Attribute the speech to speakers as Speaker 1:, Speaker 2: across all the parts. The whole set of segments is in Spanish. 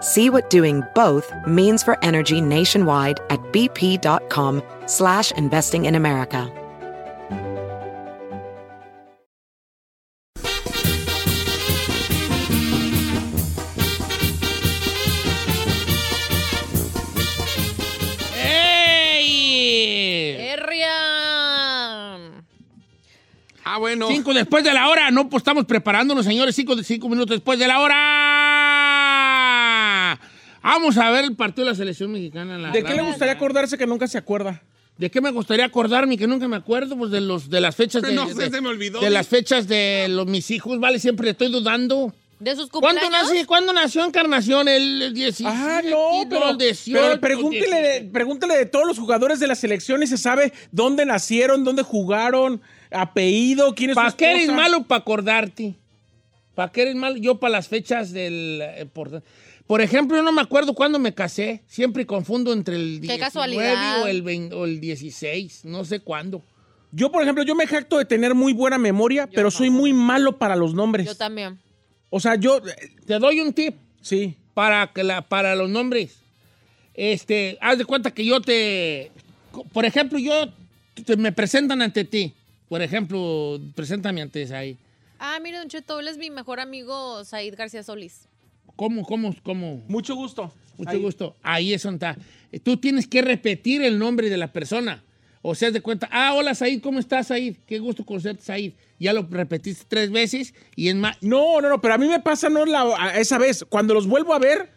Speaker 1: See what doing both means for energy nationwide at bp.com slash investing in America.
Speaker 2: ¡Ey!
Speaker 3: ¡Herria!
Speaker 2: Ah, bueno. Cinco después de la hora. No, pues estamos preparándonos, señores. Cinco, de- cinco minutos después de la hora. Vamos a ver el partido de la selección mexicana. la-
Speaker 4: ¿De qué
Speaker 2: la-
Speaker 4: le gustaría acordarse que nunca se acuerda?
Speaker 2: ¿De qué me gustaría acordarme que nunca me acuerdo? Pues de los de las fechas de,
Speaker 5: No sé,
Speaker 2: de-
Speaker 5: se me olvidó.
Speaker 2: de las fechas de los mis hijos, vale, siempre estoy dudando.
Speaker 3: ¿De sus
Speaker 2: ¿Cuándo
Speaker 3: cumpleaños?
Speaker 2: nació, ¿Cuándo nació Encarnación? El 17.
Speaker 4: Ah, no, pero,
Speaker 2: el 18,
Speaker 4: pero pregúntele, de,
Speaker 2: 17.
Speaker 4: pregúntele de todos los jugadores de la selección y se sabe dónde nacieron, dónde jugaron, apellido, quién es su
Speaker 2: ¿Para qué eres
Speaker 4: esposa.
Speaker 2: malo para acordarte? ¿Para qué eres malo? Yo para las fechas del... eh, por, por ejemplo, yo no me acuerdo cuándo me casé. Siempre confundo entre el 19
Speaker 3: casualidad.
Speaker 2: o el, 20 o el 16. No sé cuándo.
Speaker 4: Yo, por ejemplo, yo me jacto de tener muy buena memoria, pero soy muy malo para los nombres.
Speaker 3: Yo también.
Speaker 4: o sea, yo... eh,
Speaker 2: Te doy un tip
Speaker 4: Sí.
Speaker 2: para, que la, para los nombres. Este, haz de cuenta que yo te... Por ejemplo, yo... te- me presentan ante ti. Por ejemplo, preséntame antes ahí.
Speaker 3: Ah, mire, Don Cheto, él es mi mejor amigo, Said García Solís.
Speaker 2: ¿Cómo, cómo, cómo?
Speaker 4: Mucho gusto.
Speaker 2: Mucho
Speaker 4: Ahí.
Speaker 2: gusto. Ahí es donde está. Eh, Tú tienes que repetir el nombre de la persona. O sea, haz de cuenta, ah, hola Said, ¿cómo estás, Said? Qué gusto conocerte, Said. Ya lo repetiste tres veces y es más.
Speaker 4: No, no, no, pero a mí me pasa no la, a- esa vez. Cuando los vuelvo a ver,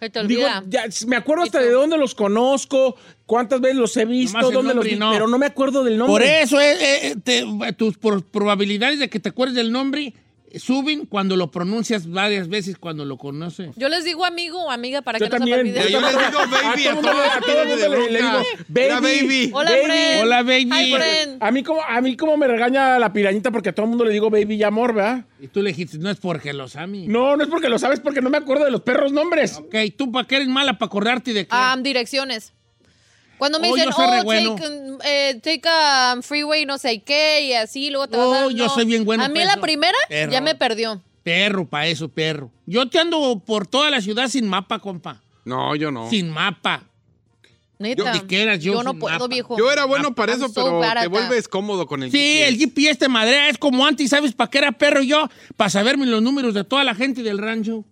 Speaker 3: Se te
Speaker 4: digo,
Speaker 3: olvida.
Speaker 4: ya, me acuerdo hasta de dónde los conozco, cuántas veces los he visto,
Speaker 2: Nomás el
Speaker 4: dónde los
Speaker 2: nombre
Speaker 4: vi,
Speaker 2: no.
Speaker 4: pero no me acuerdo del nombre.
Speaker 2: Por eso eh, eh, te- tus por- probabilidades de que te acuerdes del nombre eh, suben cuando lo pronuncias varias veces cuando lo conoces.
Speaker 3: Yo les digo amigo o amiga para
Speaker 4: Yo
Speaker 3: que no se me
Speaker 4: también.
Speaker 5: Ya,
Speaker 3: olvide.
Speaker 5: yo les digo
Speaker 4: A
Speaker 5: baby
Speaker 4: todo
Speaker 5: a
Speaker 4: mundo-
Speaker 5: todos.
Speaker 4: a todo mundo le- le digo,
Speaker 5: Mira,
Speaker 4: baby.
Speaker 5: baby.
Speaker 3: Hola,
Speaker 4: Baby.
Speaker 3: friend.
Speaker 2: Hola, baby.
Speaker 3: Hi, friend.
Speaker 4: A mí, como, a mí como me regaña la pirañita porque a todo el mundo le digo baby y amor, ¿verdad?
Speaker 2: Y tú le dijiste, no es porque los ami.
Speaker 4: No, no es porque lo sabes, porque no me acuerdo de los perros nombres.
Speaker 2: Ok, ¿tú para qué eres mala para acordarte de qué?
Speaker 3: Ah, direcciones. Cuando me
Speaker 2: Oh,
Speaker 3: dicen,
Speaker 2: yo soy re
Speaker 3: oh,
Speaker 2: bueno.
Speaker 3: take, um, eh, take a freeway, no sé qué, y así, luego te vas a
Speaker 2: Oh,
Speaker 3: dar,
Speaker 2: yo
Speaker 3: no.
Speaker 2: soy bien bueno
Speaker 3: A mí
Speaker 2: pa'
Speaker 3: la
Speaker 2: eso.
Speaker 3: primera
Speaker 2: Perro.
Speaker 3: ya me perdió.
Speaker 2: Perro, para eso, perro. Yo te ando por toda la ciudad sin mapa, compa.
Speaker 5: No, yo no.
Speaker 2: Sin mapa.
Speaker 3: Neta.
Speaker 2: Yo- Ni quieras, yo
Speaker 3: no
Speaker 2: sin
Speaker 3: puedo,
Speaker 2: mapa.
Speaker 3: viejo.
Speaker 5: Yo era bueno para
Speaker 3: Ah, I'm
Speaker 5: eso,
Speaker 3: so
Speaker 5: pero
Speaker 3: bad at
Speaker 5: te
Speaker 3: that.
Speaker 5: vuelves cómodo con el
Speaker 2: Sí,
Speaker 5: GPS.
Speaker 2: el GPS te madrea, es como antes, ¿sabes para qué era perro yo? Para saberme los números de toda la gente del rancho.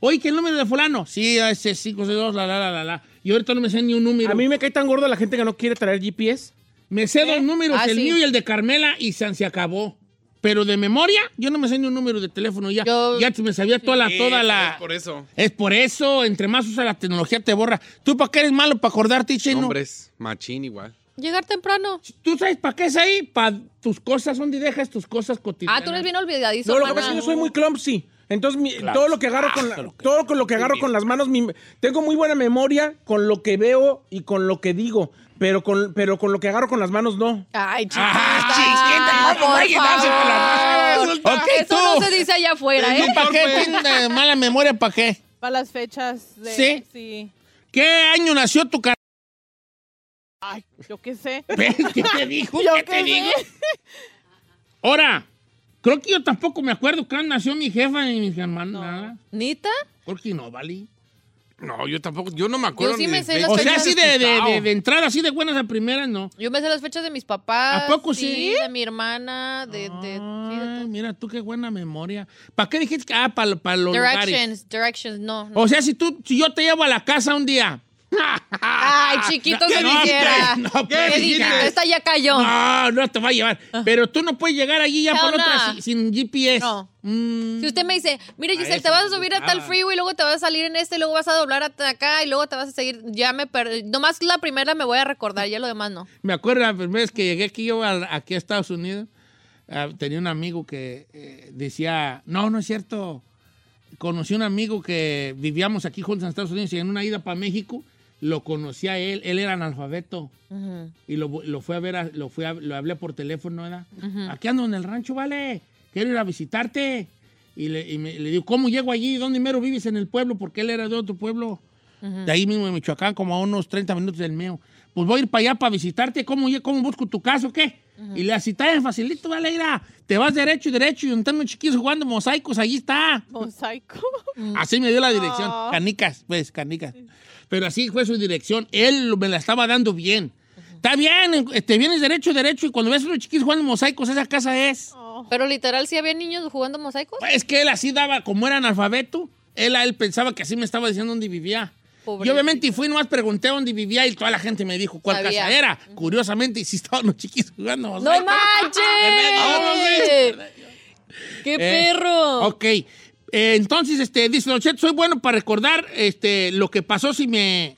Speaker 2: Oye, ¿qué número de fulano? Sí, ese 562, la, la, la, la, la. Y ahorita no me sé ni un número.
Speaker 4: A mí me cae tan gordo la gente que no quiere traer GPS.
Speaker 2: me sé dos números,
Speaker 3: Ah,
Speaker 2: el
Speaker 3: sí.
Speaker 2: mío y el de Carmela, y se, se acabó. Pero de memoria, yo no me sé ni un número de teléfono ya.
Speaker 3: Yo-
Speaker 2: Ya te- me sabía toda la,
Speaker 5: Sí,
Speaker 2: toda
Speaker 5: es
Speaker 2: la...
Speaker 5: por eso.
Speaker 2: Es por eso, entre más usa la tecnología te borra. ¿Tú para qué eres malo para acordarte, chino?
Speaker 5: Hombres, machín igual.
Speaker 3: Llegar temprano.
Speaker 2: ¿Tú sabes para qué es ahí? Para tus cosas, ¿dónde dejas tus cosas cotidianas?
Speaker 3: Ah, tú eres bien olvidadizo,
Speaker 4: No, lo que
Speaker 3: hermana.
Speaker 4: pasa es que yo soy muy clumsy. Entonces, mi- todo lo que agarro con la- todo con lo que agarro con las manos, mi- tengo muy buena memoria con lo que veo y con lo que digo, pero con, pero con lo que agarro con las manos no.
Speaker 3: Ay, chiquita.
Speaker 2: Ah, chiquita, ¿cómo va a llenarse con la-
Speaker 3: Por
Speaker 2: Ok,
Speaker 3: favor. Eso
Speaker 2: tú.
Speaker 3: no se dice allá afuera, ¿eh?
Speaker 2: ¿Tú para qué tienes mala memoria? ¿Para qué?
Speaker 6: Para las fechas de...
Speaker 2: ¿Sí?
Speaker 6: Sí.
Speaker 2: ¿Qué año nació tu cara?
Speaker 6: Ay, yo qué sé.
Speaker 2: ¿Qué te dijo?
Speaker 6: Yo
Speaker 2: ¿Qué te
Speaker 6: qué
Speaker 2: digo?
Speaker 6: sé.
Speaker 2: Ahora, creo que yo tampoco me acuerdo cuándo nació mi jefa y mis hermanos. nada.
Speaker 3: ¿Nita?
Speaker 2: Creo que no, ¿vale?
Speaker 5: No, yo tampoco, yo no me acuerdo.
Speaker 3: Yo sí
Speaker 5: ni
Speaker 3: me
Speaker 5: de
Speaker 3: sé las
Speaker 5: fecha.
Speaker 2: O sea,
Speaker 3: fechas
Speaker 2: así de, de, de-
Speaker 5: despistado.
Speaker 2: de entrada, así de buenas a primeras, no.
Speaker 3: Yo me sé las fechas de mis papás.
Speaker 2: ¿A poco sí? Ah.
Speaker 3: De mi hermana, de... de- sí, de
Speaker 2: Ay,
Speaker 3: todo.
Speaker 2: mira tú qué buena memoria. ¿Para qué dijiste que? Ah, para los lugares.
Speaker 3: Directions, directions, no. no.
Speaker 2: O sea, si tú, si yo te llevo a la casa un día
Speaker 3: Ay, chiquito
Speaker 2: ¿Qué
Speaker 3: que
Speaker 2: dijiste?
Speaker 3: dijera.
Speaker 2: Ah, No,
Speaker 3: ¿Qué
Speaker 2: pues,
Speaker 3: dijiste?
Speaker 2: digas.
Speaker 3: Esta ya cayó.
Speaker 2: No, no te va a llevar. Pero tú no puedes llegar allí ya
Speaker 3: Hell
Speaker 2: por otra
Speaker 3: nah.
Speaker 2: sin, sin GPS.
Speaker 3: No.
Speaker 2: Mm.
Speaker 3: Si usted me dice, mire
Speaker 2: A
Speaker 3: Giselle,
Speaker 2: eso
Speaker 3: te vas
Speaker 2: me
Speaker 3: a subir a tal
Speaker 2: gustaba.
Speaker 3: freeway, luego te vas a salir en este, y luego vas a doblar hasta acá y luego te vas a seguir. Ya me perdí. Nomás la primera me voy a recordar, ya lo demás no.
Speaker 2: Me acuerdo la primera vez que llegué aquí yo a, aquí a Estados Unidos, ah, tenía un amigo que eh, decía, no, no es cierto. Conocí un amigo que vivíamos aquí juntos en Estados Unidos y en una ida para México lo conocí a él, él era analfabeto y lo, lo fue a ver, a- lo, fue a- lo hablé por teléfono, ¿verdad? Aquí ando en el rancho, vale, quiero ir a visitarte. Y le, y me- le digo, ¿cómo llego allí? ¿Dónde mero vives en el pueblo? Porque él era de otro pueblo. De ahí mismo de Michoacán, como a unos 30 minutos del mío. Pues voy a ir para allá para visitarte. ¿Cómo, lle- cómo busco tu casa o qué? Y le así, está bien facilito, vale, mira. Te vas derecho y derecho y están los chiquillos jugando mosaicos, allí está.
Speaker 6: Mosaico.
Speaker 2: Así me dio la dirección.
Speaker 6: Ah.
Speaker 2: Canicas, pues, canicas. Pero así fue su dirección. Él me la estaba dando bien. Está bien, te vienes derecho, derecho, y cuando ves a los chiquillos jugando mosaicos, esa casa es.
Speaker 3: Pero literal, si había niños jugando mosaicos.
Speaker 2: Es que él así daba, como era analfabeto, él, él pensaba que así me estaba diciendo dónde vivía.
Speaker 3: Pobrecito.
Speaker 2: Yo obviamente fui, nomás pregunté dónde vivía y toda la gente me dijo cuál
Speaker 3: Sabía.
Speaker 2: casa era. Curiosamente, y sí estaban los chiquillos jugando
Speaker 3: ¡No
Speaker 2: mosaicos.
Speaker 3: manches! ¡Qué
Speaker 2: Eh,
Speaker 3: perro!
Speaker 2: Ok. Eh, entonces, este, dice Don Cheto, soy bueno para recordar este, lo que pasó si me,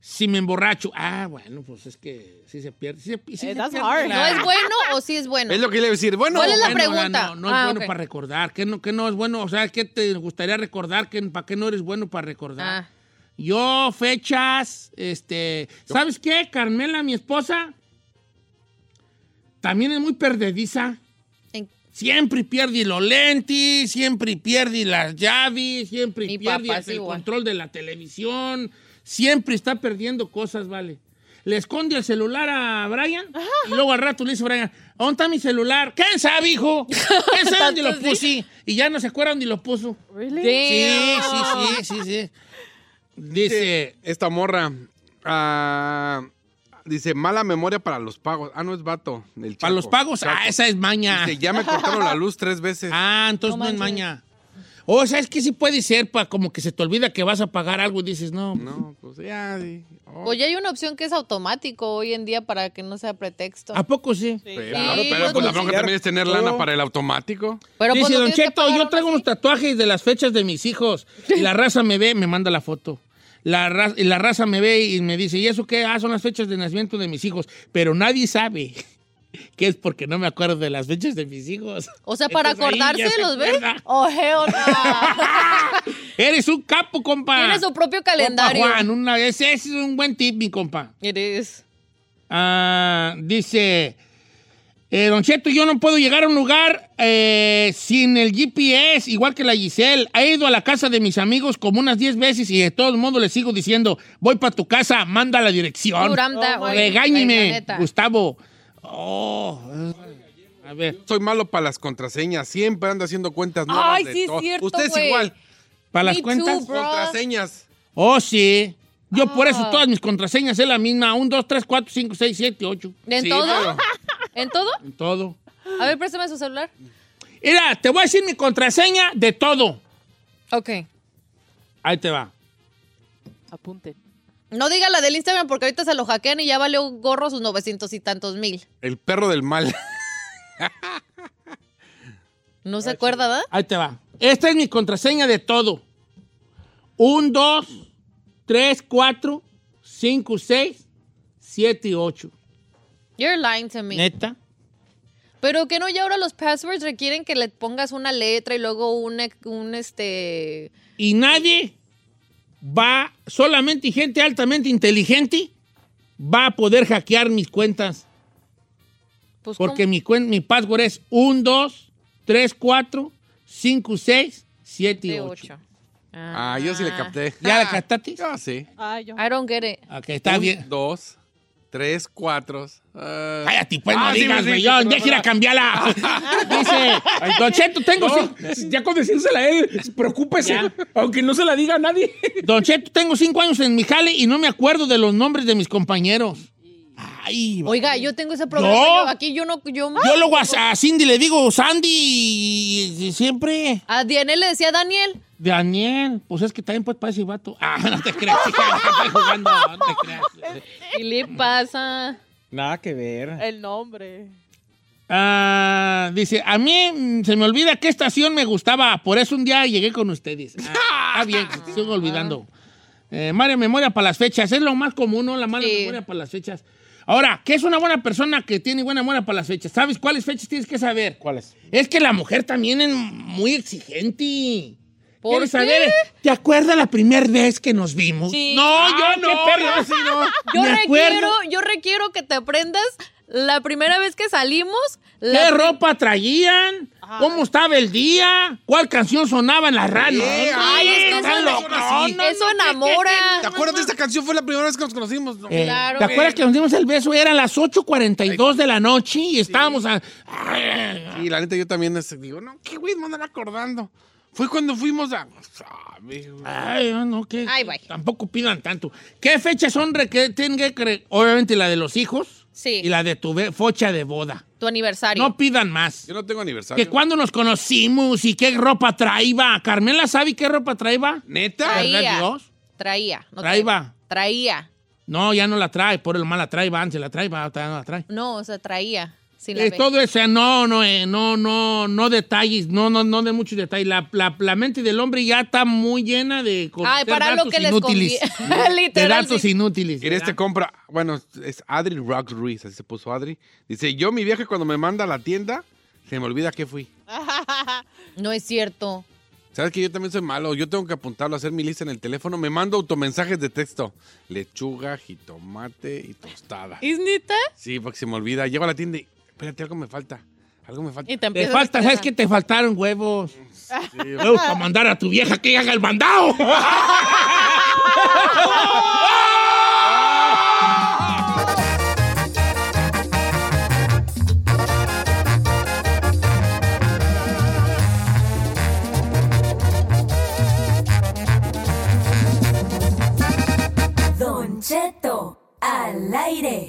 Speaker 2: si me emborracho. Ah, bueno, pues es que sí se pierde. sí se- sí se
Speaker 6: that's
Speaker 2: pierde
Speaker 6: hard.
Speaker 2: la-
Speaker 3: Eh, ¿No es bueno o sí es bueno?
Speaker 5: Es lo que le iba a decir. Bueno,
Speaker 3: ¿Cuál es la
Speaker 2: Bueno,
Speaker 3: pregunta?
Speaker 2: No, no es
Speaker 3: Ah,
Speaker 2: bueno
Speaker 3: ok.
Speaker 2: para recordar. ¿Qué no, qué no es bueno? O sea, ¿qué te gustaría recordar? ¿Qué- ¿Para qué no eres bueno para recordar?
Speaker 3: Ah.
Speaker 2: Yo, fechas, este... ¿Sabes qué? Carmela, mi esposa, también es muy perdediza.
Speaker 3: En-
Speaker 2: Siempre pierde los lentes, siempre pierde las llaves, siempre
Speaker 3: Mi
Speaker 2: pierde
Speaker 3: papá
Speaker 2: el
Speaker 3: es igual.
Speaker 2: control de la televisión, siempre está perdiendo cosas, vale. Le esconde el celular a Brian y luego al rato le dice a Brian, ¿dónde está mi celular? ¿Quién sabe, hijo? ¿Quién sabe dónde lo
Speaker 3: Tanto
Speaker 2: puse? Y ya no se acuerda dónde lo puso.
Speaker 6: Really?
Speaker 2: Sí, sí, sí, sí, sí. Dice,
Speaker 5: Esta morra. ah, dice, mala memoria para los pagos. Ah, no es vato. El
Speaker 2: para
Speaker 5: Chapo.
Speaker 2: los pagos,
Speaker 5: Chapo.
Speaker 2: ah, esa es maña.
Speaker 5: Dice, ya me cortaron la luz tres veces.
Speaker 2: Ah, entonces no, es maña. O sea, es que sí puede ser, pa, como que se te olvida que vas a pagar algo y dices, no.
Speaker 5: No, pues ya, sí. Oh,
Speaker 3: Oye, hay una opción que es automático hoy en día para que no sea pretexto.
Speaker 2: ¿A poco sí?
Speaker 5: pero, claro,
Speaker 3: sí,
Speaker 5: pero pues la
Speaker 3: pues,
Speaker 5: bronca
Speaker 4: sí.
Speaker 5: también es tener lana
Speaker 4: Todo.
Speaker 5: para el automático.
Speaker 3: Pero pues
Speaker 2: Dice
Speaker 3: no
Speaker 2: Don
Speaker 3: tienes que
Speaker 2: Cheto,
Speaker 3: pagar
Speaker 2: yo
Speaker 3: aún
Speaker 2: traigo
Speaker 3: así.
Speaker 2: unos tatuajes de las fechas de mis hijos. Y la raza me ve, me manda la foto. La raza, la raza me ve y me dice, ¿y eso qué? Ah, son las fechas de nacimiento de mis hijos. Pero nadie sabe que es porque no me acuerdo de las fechas de mis hijos.
Speaker 3: O sea, para
Speaker 2: Entonces, ahí ya
Speaker 3: acordarse,
Speaker 2: se
Speaker 3: ¿los ves?
Speaker 2: acuerda.
Speaker 3: ¡Oh, hell no.
Speaker 2: Eres un capo, compa.
Speaker 3: Tiene su propio
Speaker 2: Compa
Speaker 3: calendario.
Speaker 2: Juan, una- ese, ese es un buen tip, mi compa.
Speaker 3: Eres.
Speaker 2: Ah, dice, eh, Don Cheto, yo no puedo llegar a un lugar eh, sin el GPS, igual que la Giselle. He ido a la casa de mis amigos como unas 10 veces y de todos modos les sigo diciendo, voy para tu casa, manda la dirección.
Speaker 3: Duranta, güey. Ay, la
Speaker 2: Regáñeme,
Speaker 3: neta.
Speaker 2: Gustavo. Oh, eh, a ver,
Speaker 5: Soy malo para las contraseñas. Siempre ando haciendo cuentas nuevas.
Speaker 3: Ay,
Speaker 5: de
Speaker 3: sí es
Speaker 5: todo.
Speaker 3: cierto,
Speaker 5: Usted es
Speaker 3: güey.
Speaker 5: igual.
Speaker 2: ¿para las
Speaker 3: Me too,
Speaker 2: cuentas?
Speaker 3: bro.
Speaker 5: Contraseñas.
Speaker 2: Oh, sí. Yo por eso
Speaker 3: Ah.
Speaker 2: todas mis contraseñas es la misma. 1, 2, 3, 4, 5, 6, 7, 8.
Speaker 3: ¿En
Speaker 5: Sí,
Speaker 3: todo?
Speaker 5: claro.
Speaker 3: ¿En todo?
Speaker 2: En todo.
Speaker 3: A ver, préstame su celular.
Speaker 2: Mira, te voy a decir mi contraseña de todo.
Speaker 3: Ok.
Speaker 2: Ahí te va.
Speaker 6: Apunten.
Speaker 3: No diga la del Instagram porque ahorita se lo hackean y ya valió gorro sus 900 y tantos mil.
Speaker 5: El perro del mal.
Speaker 3: ¿No se acuerda, verdad?
Speaker 2: Ahí te va. Esta es mi contraseña de todo. 1, 2, 3, 4, 5, 6, 7 y 8.
Speaker 3: You're lying to me.
Speaker 2: Neta.
Speaker 3: Pero que no, ya ahora los passwords requieren que le pongas una letra y luego un, un este.
Speaker 2: Y nadie va, solamente gente altamente inteligente va a poder hackear mis cuentas.
Speaker 3: Pues,
Speaker 2: Porque mi, cuen- mi password es 1, 2, 3, 4, 5, 6, 7 y 8.
Speaker 3: 8.
Speaker 5: Ah, yo sí le capté.
Speaker 2: ¿Ya la captaste?
Speaker 5: Ah, sí.
Speaker 6: Ah, yo.
Speaker 3: I don't get it.
Speaker 2: Ok, está
Speaker 5: Un,
Speaker 2: bien.
Speaker 5: Dos, tres, cuatro. ah,
Speaker 2: Cállate, pues, no
Speaker 5: Ah, sí,
Speaker 2: digas,
Speaker 5: sí,
Speaker 2: güey.
Speaker 5: sí,
Speaker 2: Yo,
Speaker 5: sí,
Speaker 2: deja ir a
Speaker 5: sí.
Speaker 2: cambiarla. Dice, Don Cheto, tengo, cinco,
Speaker 4: Ya con decírsela a él, preocúpese,
Speaker 2: Ya.
Speaker 4: aunque no se la diga a nadie.
Speaker 2: Don Cheto, tengo cinco años en mi jale y no me acuerdo de los nombres de mis compañeros. Ay, va-
Speaker 3: Oiga, yo tengo ese problema.
Speaker 2: ¿Yo?
Speaker 3: yo- aquí yo no. Yo,
Speaker 2: Yo luego a, a Cindy le digo Sandy y- y siempre.
Speaker 3: A Diane le decía Daniel.
Speaker 2: Daniel, pues es que también pues para ese vato. Ah, no te creas, chica, estoy jugando, no te creas.
Speaker 3: ¿Qué le pasa?
Speaker 4: Nada que ver.
Speaker 6: El nombre.
Speaker 2: Ah, dice, a mí mm, se me olvida qué estación me gustaba, por eso un día llegué con ustedes. Ah, está bien, se sigo olvidando.
Speaker 3: Ah.
Speaker 2: Eh, María Memoria para las fechas, es lo más común, ¿no? La mala
Speaker 3: Sí.
Speaker 2: memoria para las fechas. Ahora, ¿qué es una buena persona que tiene buena memoria para las fechas? ¿Sabes cuáles fechas tienes que saber?
Speaker 4: ¿Cuál es?
Speaker 2: Es que la mujer también es muy exigente.
Speaker 3: ¿Por
Speaker 2: ¿Quieres
Speaker 3: qué?
Speaker 2: saber? ¿Te acuerdas la primera vez que nos vimos?
Speaker 3: Sí. Ah,
Speaker 2: No, yo no. yo sí no.
Speaker 3: Yo
Speaker 2: Me
Speaker 3: requiero,
Speaker 2: acuerdo.
Speaker 3: yo requiero que te aprendas la primera vez que salimos.
Speaker 2: ¿Qué
Speaker 3: La
Speaker 2: ropa traían? ¿Cómo estaba el día? ¿Cuál canción sonaba en la radio?
Speaker 5: Sí,
Speaker 3: ay, es que
Speaker 2: tan
Speaker 3: eso-
Speaker 2: loco. No, no,
Speaker 3: Eso enamora.
Speaker 5: ¿Te acuerdas de esta canción? Fue la primera vez que nos conocimos. No.
Speaker 2: Eh,
Speaker 3: Claro.
Speaker 2: ¿Te acuerdas que nos dimos el beso? Eran las 8.42 de la noche y estábamos a...
Speaker 5: Y la neta, yo también este, digo, no, qué güey, me andan acordando. Fue cuando fuimos a. Ah, mi-
Speaker 2: Ay, no, que
Speaker 3: Ay, bye.
Speaker 2: tampoco pidan tanto. ¿Qué fechas son re- que tienen que cre- Obviamente la de los hijos
Speaker 3: Sí.
Speaker 2: y la de tu be- focha de boda.
Speaker 3: tu aniversario.
Speaker 2: No pidan más.
Speaker 5: Yo no tengo aniversario.
Speaker 2: Que cuando nos conocimos y qué ropa traía. Carmela sabe qué ropa traía.
Speaker 5: ¿Neta?
Speaker 2: ¿Verdad,
Speaker 3: traía.
Speaker 2: Dios?
Speaker 3: Traía. no
Speaker 2: Traía.
Speaker 3: traía. Traía.
Speaker 2: No, ya no la trae, por el mal la trae, van, se la trae, va, ya no la trae.
Speaker 3: No, o sea, traía. Sin la
Speaker 2: Eh,
Speaker 3: B.
Speaker 2: todo eso, no, no, eh, no, no, no detalles, no, no, no de muchos detalles. La, la- la mente del hombre ya está muy llena de
Speaker 3: Ay,
Speaker 2: conocer
Speaker 3: para lo
Speaker 2: datos
Speaker 3: que les
Speaker 2: inútiles.
Speaker 3: conviene.
Speaker 2: de
Speaker 3: Literal.
Speaker 2: datos
Speaker 3: sí.
Speaker 2: inútiles.
Speaker 5: Mira, este
Speaker 2: ¿verdad?
Speaker 5: compra, bueno, es Adri Rock Ruiz, así se puso Adri. Dice, yo mi vieja cuando me manda a la tienda, se me olvida que fui.
Speaker 3: No es cierto.
Speaker 5: ¿Sabes que yo también soy malo? Yo tengo que apuntarlo, hacer mi lista en el teléfono. Me mando automensajes de texto. Lechuga, jitomate y tostada.
Speaker 3: ¿Es neta?
Speaker 5: Sí, porque se me olvida. Llego a la tienda y, espérate, algo me falta. Algo me falta.
Speaker 6: Y te
Speaker 2: Te
Speaker 6: empiezas
Speaker 2: falta,
Speaker 6: a
Speaker 2: ¿sabes qué?
Speaker 6: estresar.
Speaker 2: Te faltaron huevos.
Speaker 5: Sí,
Speaker 2: Huevos para mandar a tu vieja que haga el mandado.
Speaker 7: Don Cheto, al aire.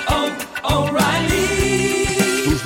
Speaker 8: ¿Tus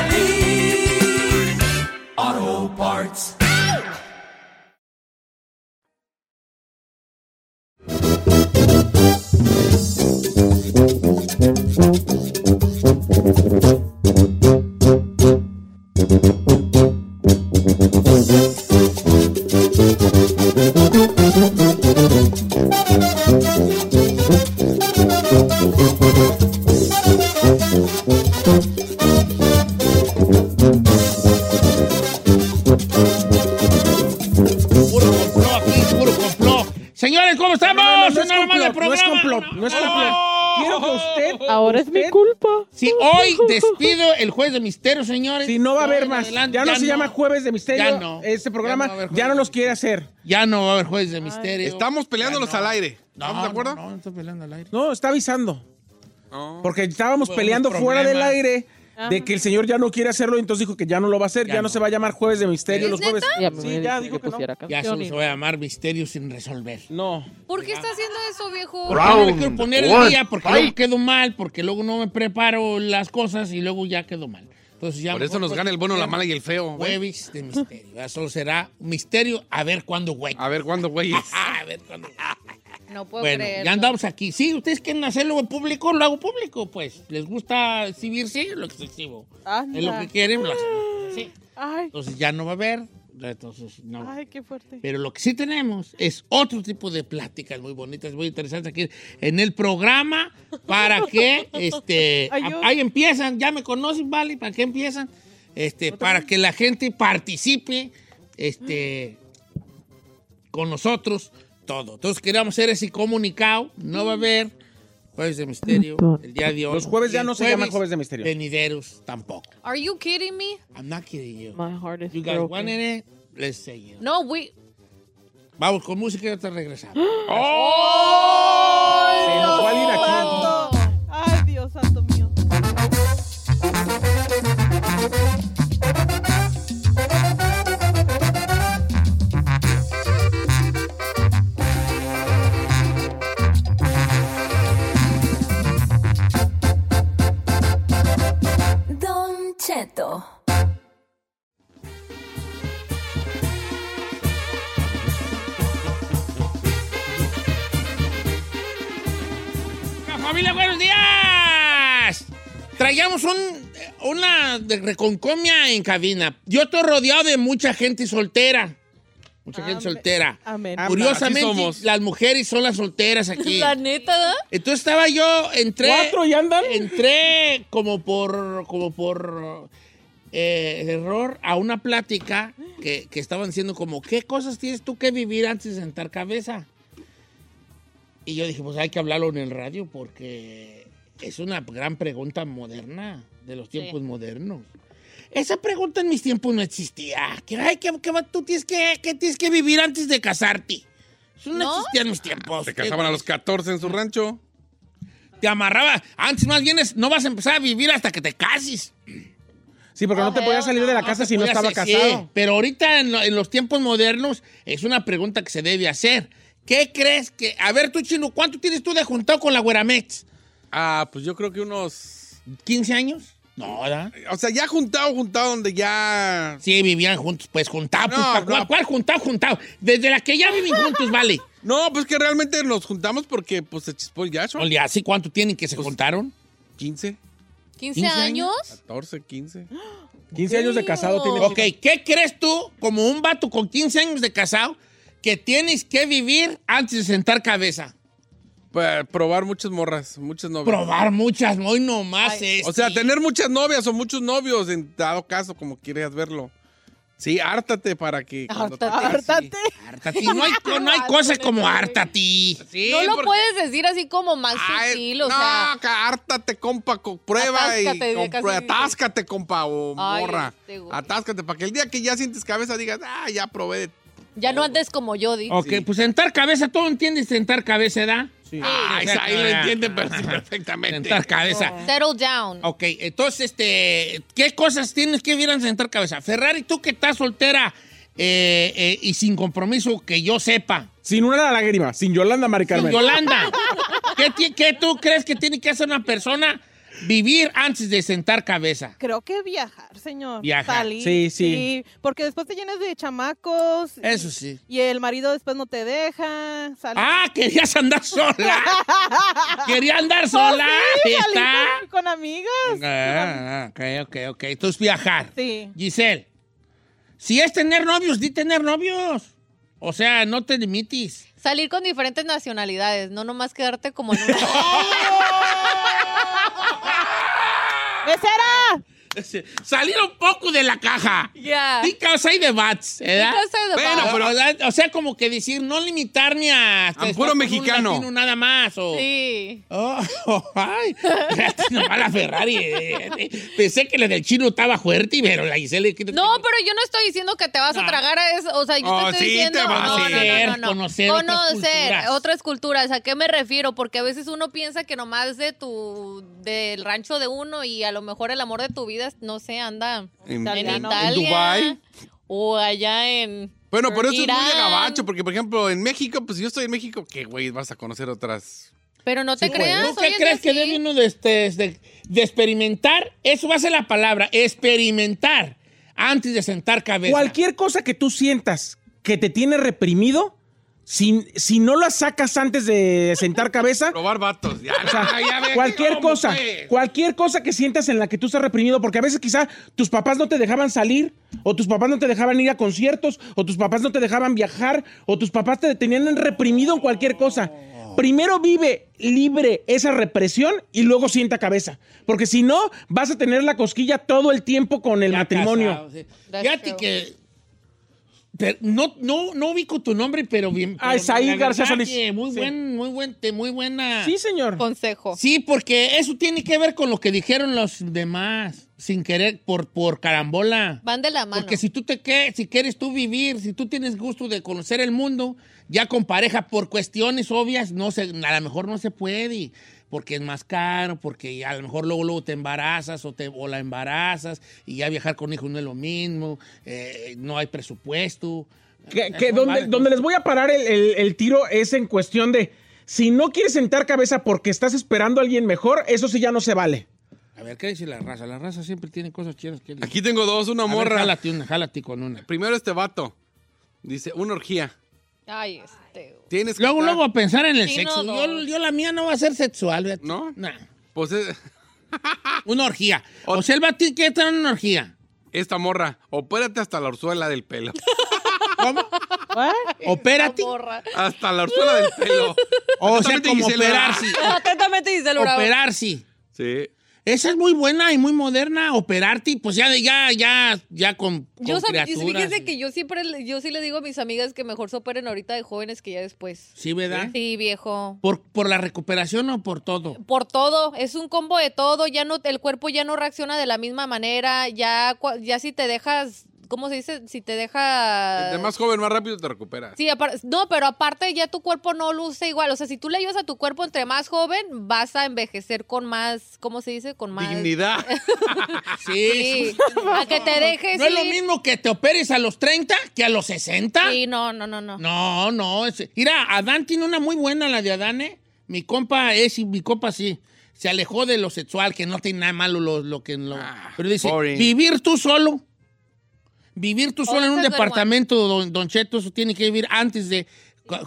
Speaker 2: Puro complot aquí, puro complot. Señores, ¿cómo estamos?
Speaker 4: No, no, no es
Speaker 2: Una hora más de
Speaker 4: complot, no es
Speaker 2: programa.
Speaker 4: complot, no es complot.
Speaker 2: Oh.
Speaker 4: Quiero que usted.
Speaker 6: Ahora es mi
Speaker 4: usted-
Speaker 6: culpa.
Speaker 2: Si hoy despido el juez de misterio, señores.
Speaker 4: Si no va a
Speaker 2: de
Speaker 4: haber
Speaker 2: hoy
Speaker 4: más.
Speaker 2: en adelante
Speaker 4: ya no se llama Jueves de Misterio.
Speaker 2: Ya no.
Speaker 4: Este programa
Speaker 2: Ya no va a
Speaker 4: ya
Speaker 2: haber
Speaker 4: no,
Speaker 2: Jueves de
Speaker 4: los quiere hacer.
Speaker 2: Ya no va a haber jueces de misterio.
Speaker 5: Estamos peleándolos
Speaker 2: Eh, Ya no.
Speaker 5: al aire.
Speaker 2: No,
Speaker 5: ¿Estamos de acuerdo?
Speaker 2: No, no, no estoy peleando al aire.
Speaker 4: No, está avisando.
Speaker 5: No.
Speaker 4: Porque estábamos
Speaker 2: Fue un
Speaker 4: peleando fuera del
Speaker 2: problema.
Speaker 4: aire. de que el señor ya no quiere hacerlo, entonces dijo que ya no lo va a hacer, ya, no. se va a llamar Jueves de Misterio
Speaker 3: ¿Es
Speaker 4: los jueves.
Speaker 3: neta?
Speaker 6: Ya me
Speaker 4: Sí,
Speaker 6: hubiera
Speaker 4: ya
Speaker 6: dicho
Speaker 4: dijo
Speaker 6: que
Speaker 4: que no.
Speaker 6: pusiera
Speaker 2: Ya se
Speaker 6: canciones.
Speaker 2: nos va a llamar misterios sin resolver.
Speaker 4: No.
Speaker 3: ¿Por qué está haciendo eso, viejo?
Speaker 2: Porque no le quiero
Speaker 5: Round
Speaker 2: poner el
Speaker 5: one,
Speaker 2: día porque
Speaker 5: fight.
Speaker 2: luego quedo mal, porque luego no me preparo las cosas y luego ya quedo mal. Entonces ya
Speaker 5: Por eso
Speaker 2: mejor
Speaker 5: nos
Speaker 2: pues,
Speaker 5: gana el bueno, la mala y el feo. güey.
Speaker 2: Jueves de misterio. Ya Solo será misterio a ver cuándo, güey.
Speaker 5: A ver cuándo, güey. Ah,
Speaker 2: A ver cuándo.
Speaker 3: No puedo
Speaker 2: Bueno,
Speaker 3: creer.
Speaker 2: ya andamos aquí. Sí, ustedes quieren hacerlo en público, lo hago público, pues. ¿Les gusta exhibirse? Lo exhibo.
Speaker 6: Anda.
Speaker 2: Es lo que quieren, lo hacemos. Sí.
Speaker 6: Ay,
Speaker 2: Entonces ya no va a haber. Entonces no.
Speaker 6: ay, qué fuerte.
Speaker 2: Pero lo que sí tenemos es otro tipo de pláticas muy bonitas, muy interesantes aquí en el programa para que, este,
Speaker 6: Ay,
Speaker 2: a-
Speaker 6: yo-
Speaker 2: ahí empiezan, ya me conocen, ¿vale? ¿Para qué empiezan? Este, para que la gente participe, este, con nosotros, todo. Entonces queríamos hacer ese comunicado, no va a haber Jueves de Misterio el día de hoy.
Speaker 4: Los jueves
Speaker 2: Y
Speaker 4: ya
Speaker 2: el
Speaker 4: no se llaman Jueves de Misterio.
Speaker 2: Venideros tampoco.
Speaker 3: Are you kidding me?
Speaker 2: I'm not kidding you.
Speaker 6: My heart is
Speaker 2: You guys
Speaker 6: broken.
Speaker 2: wanted it, eh? let's say it.
Speaker 3: No, we.
Speaker 2: Vamos con música y ahorita regresamos.
Speaker 4: Se nos va a ir aquí.
Speaker 6: Ay, Dios santo mío.
Speaker 9: Don Cheto.
Speaker 2: ¡Hola, ¡Familia, buenos días! Traigamos un, una de- reconcomia en cabina. Yo estoy rodeado de mucha gente soltera. Mucha gente
Speaker 6: Amén.
Speaker 2: soltera.
Speaker 6: Amén.
Speaker 4: Ah,
Speaker 2: Curiosamente,
Speaker 5: así somos.
Speaker 2: las mujeres son las solteras aquí.
Speaker 3: La neta, ¿da?
Speaker 2: Entonces estaba yo, entré...
Speaker 4: ¿Cuatro y andan?
Speaker 2: Entré como por, como por eh, error a una plática que, que estaban diciendo como, ¿qué cosas tienes tú que vivir antes de sentar cabeza? Y yo dije, pues hay que hablarlo en el radio porque es una gran pregunta moderna, de los tiempos modernos. Esa pregunta en mis tiempos no existía. ¿Qué, ay, qué- qué va- tú tienes que, qué tienes que vivir antes de casarte? Eso no,
Speaker 3: ¿No?
Speaker 2: existía en mis tiempos.
Speaker 5: Se casaban a los 14 en su rancho.
Speaker 2: Te amarraba. Antes más bien es, no vas a empezar a vivir hasta que te cases.
Speaker 4: Sí, porque no te podías salir de la casa si no
Speaker 2: Podía
Speaker 4: estaba
Speaker 2: ser, sí,
Speaker 4: casado.
Speaker 2: pero ahorita en, lo- en los tiempos modernos es una pregunta que se debe hacer. ¿Qué crees que... A ver, tú, Chino, ¿cuánto tienes tú de juntado con la Gueramex?
Speaker 5: Ah, pues yo creo que unos.
Speaker 2: ¿15 años? No, ¿verdad?
Speaker 5: O sea, ya juntado, juntado, donde ya.
Speaker 2: Sí, vivían juntos, pues juntado. pues,
Speaker 5: No,
Speaker 2: ¿pa' cuál-
Speaker 5: no.
Speaker 2: ¿Cuál juntado, juntado? Desde la que ya viven juntos, vale.
Speaker 5: No, pues que realmente nos juntamos porque pues se chispó el yacho.
Speaker 2: Oye, ¿así cuánto tienen que se
Speaker 5: Pues-
Speaker 2: juntaron?
Speaker 5: 15,
Speaker 3: 15,
Speaker 2: 15
Speaker 3: años.
Speaker 5: 14, 15.
Speaker 4: 15 años de casado tiene.
Speaker 2: Ok, ¿qué crees tú, como un vato con 15 años de casado, que tienes que vivir antes de sentar cabeza?
Speaker 5: Para probar muchas morras, muchas novias.
Speaker 2: Probar muchas, hoy nomás este. es.
Speaker 5: O sea, tener muchas novias o muchos novios, en dado caso, como quieras verlo. Sí, hártate para que. cuando te-
Speaker 6: Hartate.
Speaker 2: Hártate. No hay, co- no hay cosa como hártate.
Speaker 5: Sí,
Speaker 3: no lo
Speaker 5: porque-
Speaker 3: puedes decir así como más
Speaker 5: Ay,
Speaker 3: sutil, o
Speaker 5: Ah, no,
Speaker 3: sea.
Speaker 5: que hártate, compa, co- prueba
Speaker 3: Atáscate,
Speaker 5: y comprueba.
Speaker 3: casi dice.
Speaker 5: atáscate, compa, o
Speaker 3: Ay,
Speaker 5: morra.
Speaker 3: este güey.
Speaker 5: atáscate, para que el día que ya sientes cabeza digas, ah, ya probé. de-
Speaker 3: Ya no andes como yo, dije.
Speaker 2: Ok, pues sentar cabeza, todo entiendes sentar cabeza, ¿verdad?
Speaker 5: Ah,
Speaker 2: o
Speaker 5: esa
Speaker 2: sea,
Speaker 5: ahí
Speaker 2: que-
Speaker 5: lo entiende pero sí, perfectamente.
Speaker 2: Sentar cabeza.
Speaker 3: Settle down.
Speaker 2: Ok, entonces, este, ¿qué cosas tienes que vivir antes de sentar cabeza? Ferrari, tú que estás soltera eh, eh, y sin compromiso, que yo sepa.
Speaker 4: Sin una lágrima, sin Yolanda Mari
Speaker 2: Sin
Speaker 4: Carmen.
Speaker 2: Yolanda, ¿qué, ti- ¿qué tú crees que tiene que hacer una persona vivir antes de sentar cabeza?
Speaker 6: Creo que viajar, señor.
Speaker 2: Viajar.
Speaker 6: Salir,
Speaker 4: Sí, sí.
Speaker 6: Porque después te llenas de chamacos. y-
Speaker 2: Eso sí.
Speaker 6: Y el marido después no te deja. Salir.
Speaker 2: Ah, querías andar sola. Quería andar sola.
Speaker 6: Oh, Sí, salir
Speaker 2: Está.
Speaker 6: con- con amigas.
Speaker 2: Ah, ok, ok, ok. Entonces viajar.
Speaker 6: Sí.
Speaker 2: Giselle, si es tener novios, di tener novios. O sea, no te limites.
Speaker 3: Salir con diferentes nacionalidades, no nomás quedarte como en una.
Speaker 6: ¡Mesera!
Speaker 2: Salir un Este, poco de la caja.
Speaker 3: Ya.
Speaker 2: Because I the bats, ¿verdad?
Speaker 3: Because I the
Speaker 2: Bueno,
Speaker 3: bats.
Speaker 2: pero o sea, o sea, como que decir, no limitarme a... a
Speaker 5: puro mexicano.
Speaker 2: nada más, o...
Speaker 3: Sí.
Speaker 2: Oh, ay, fíjate nomás la Ferrari. eh, eh. Pensé que la del chino estaba fuerte, pero la Giselle...
Speaker 3: No, pero yo no estoy diciendo que te vas a tragar a eso. O sea, yo
Speaker 2: Oh,
Speaker 3: te
Speaker 2: sí,
Speaker 3: estoy
Speaker 2: te
Speaker 3: diciendo.
Speaker 2: vas
Speaker 3: no,
Speaker 2: a
Speaker 3: no, no,
Speaker 2: hacer
Speaker 3: no,
Speaker 2: conocer
Speaker 3: no.
Speaker 2: otras culturas.
Speaker 3: Conocer otras culturas. ¿A qué me refiero? Porque a veces uno piensa que nomás de tu. del rancho de uno y a lo mejor el amor de tu vida, no sé, anda.
Speaker 5: En-
Speaker 3: en,
Speaker 5: en- en
Speaker 3: Italia.
Speaker 5: Dubái.
Speaker 3: O allá en.
Speaker 5: Bueno, pero eso es muy de
Speaker 3: Irán.
Speaker 5: gabacho, porque por ejemplo en México, pues si yo estoy en México, ¿qué güey? Vas a conocer otras.
Speaker 3: Pero no te
Speaker 2: Sí,
Speaker 3: creas.
Speaker 2: güey. ¿eh? ¿Tú qué
Speaker 3: oye,
Speaker 2: crees que debe uno de, este- de- de experimentar? Eso va a ser la palabra, experimentar, antes de sentar cabeza.
Speaker 4: Cualquier cosa que tú sientas que te tiene reprimido, si, si no la sacas antes de sentar cabeza,
Speaker 5: Probar vatos. Ya,
Speaker 4: O sea,
Speaker 5: ya, ya ve,
Speaker 4: cualquier
Speaker 5: ¿cómo,
Speaker 4: cosa,
Speaker 5: pues?
Speaker 4: cualquier cosa que sientas en la que tú estás reprimido, porque a veces quizá tus papás no te dejaban salir, o tus papás no te dejaban ir a conciertos, o tus papás no te dejaban viajar, o tus papás te tenían reprimido en cualquier cosa. Primero vive libre esa represión y luego sienta cabeza, porque si no, vas a tener la cosquilla todo el tiempo con el matrimonio.
Speaker 2: Casado, sí. Fíjate que... pero no, no, no ubico tu nombre, pero bien.
Speaker 4: Ah,
Speaker 2: pero
Speaker 4: Isaí
Speaker 2: la verdad
Speaker 4: García Solís.
Speaker 2: que Muy
Speaker 4: Sí.
Speaker 2: buen, muy buen, te- muy buena.
Speaker 4: Sí, señor.
Speaker 3: Consejo.
Speaker 2: Sí, porque eso tiene que ver con lo que dijeron los demás, sin querer, por, por carambola.
Speaker 3: Van de la mano.
Speaker 2: Porque si tú te que, si quieres tú vivir, si tú tienes gusto de conocer el mundo, ya con pareja por cuestiones obvias, no se, a lo mejor no se puede, porque es más caro, porque a lo mejor luego, luego te embarazas o, te, o la embarazas y ya viajar con hijos no es lo mismo, eh, no hay presupuesto. Eh,
Speaker 4: Que,
Speaker 2: Eso
Speaker 4: que donde,
Speaker 2: vale.
Speaker 4: donde les voy a parar el, el- el tiro es en cuestión de si no quieres sentar cabeza porque estás esperando a alguien mejor, eso sí ya no se vale.
Speaker 2: A ver, ¿qué dice la raza? La raza siempre tiene cosas chidas que...
Speaker 5: Aquí tengo dos, una
Speaker 2: A ver,
Speaker 5: morra.
Speaker 2: jálate una, jálate con una.
Speaker 5: Primero este vato. Dice, una orgía.
Speaker 3: Ay, este.
Speaker 5: Tienes que.
Speaker 2: Luego,
Speaker 5: estar-
Speaker 2: luego a pensar en el
Speaker 3: Sí,
Speaker 2: sexo.
Speaker 3: no,
Speaker 2: Yo,
Speaker 3: dos.
Speaker 2: yo la mía no va a ser sexual. fíjate.
Speaker 5: ¿No?
Speaker 2: Nah.
Speaker 5: Pues eh,
Speaker 2: Una orgía. O sea, el vato tiene que estar en una orgía.
Speaker 5: esta morra. Opérate hasta la orzuela del pelo.
Speaker 2: ¿Cómo?
Speaker 6: ¿What?
Speaker 2: Opérate.
Speaker 3: Borra.
Speaker 5: Hasta la orzuela del pelo.
Speaker 2: O sea,
Speaker 5: Atentamente,
Speaker 2: como
Speaker 5: Gisela.
Speaker 2: operarse.
Speaker 3: Atentamente dice el bravo.
Speaker 2: Operarse.
Speaker 5: Sí.
Speaker 2: Esa es muy buena y muy moderna, operarte, pues ya, ya, ya, ya con, con
Speaker 3: Yo sab- y
Speaker 2: criaturas.
Speaker 3: fíjense que yo siempre, le- yo sí le digo a mis amigas que mejor se operen ahorita de jóvenes que ya después.
Speaker 2: Sí, ¿verdad?
Speaker 3: Sí, viejo.
Speaker 2: ¿Por, ¿Por la recuperación o por todo?
Speaker 3: Por todo, es un combo de todo, ya no, el cuerpo ya no reacciona de la misma manera, ya, cua- ya si te dejas, ¿cómo se dice? Si te deja...
Speaker 5: Entre más joven, más rápido te recuperas.
Speaker 3: Sí, apar- no, pero aparte ya tu cuerpo no luce igual, o sea, si tú le ayudas a tu cuerpo entre más joven, vas a envejecer con más, ¿cómo se dice? Con más... Ah,
Speaker 5: Dignidad.
Speaker 2: Sí.
Speaker 3: Sí, a que te dejes
Speaker 2: No es lo
Speaker 3: ir.
Speaker 2: mismo que te operes a los 30 que a los 60.
Speaker 3: Sí, no, no, no, no.
Speaker 2: No, no. es- mira, Adán tiene una muy buena, la de Adán, ¿eh? Mi compa es, y mi compa sí. Se alejó de lo sexual, que no tiene nada malo lo, lo que... lo-
Speaker 5: Ah,
Speaker 2: pero dice,
Speaker 5: boring.
Speaker 2: vivir tú solo. Vivir tú
Speaker 3: Oh,
Speaker 2: solo en
Speaker 3: esa
Speaker 2: un
Speaker 3: es buena.
Speaker 2: departamento, don, don Cheto, eso tiene que vivir antes de,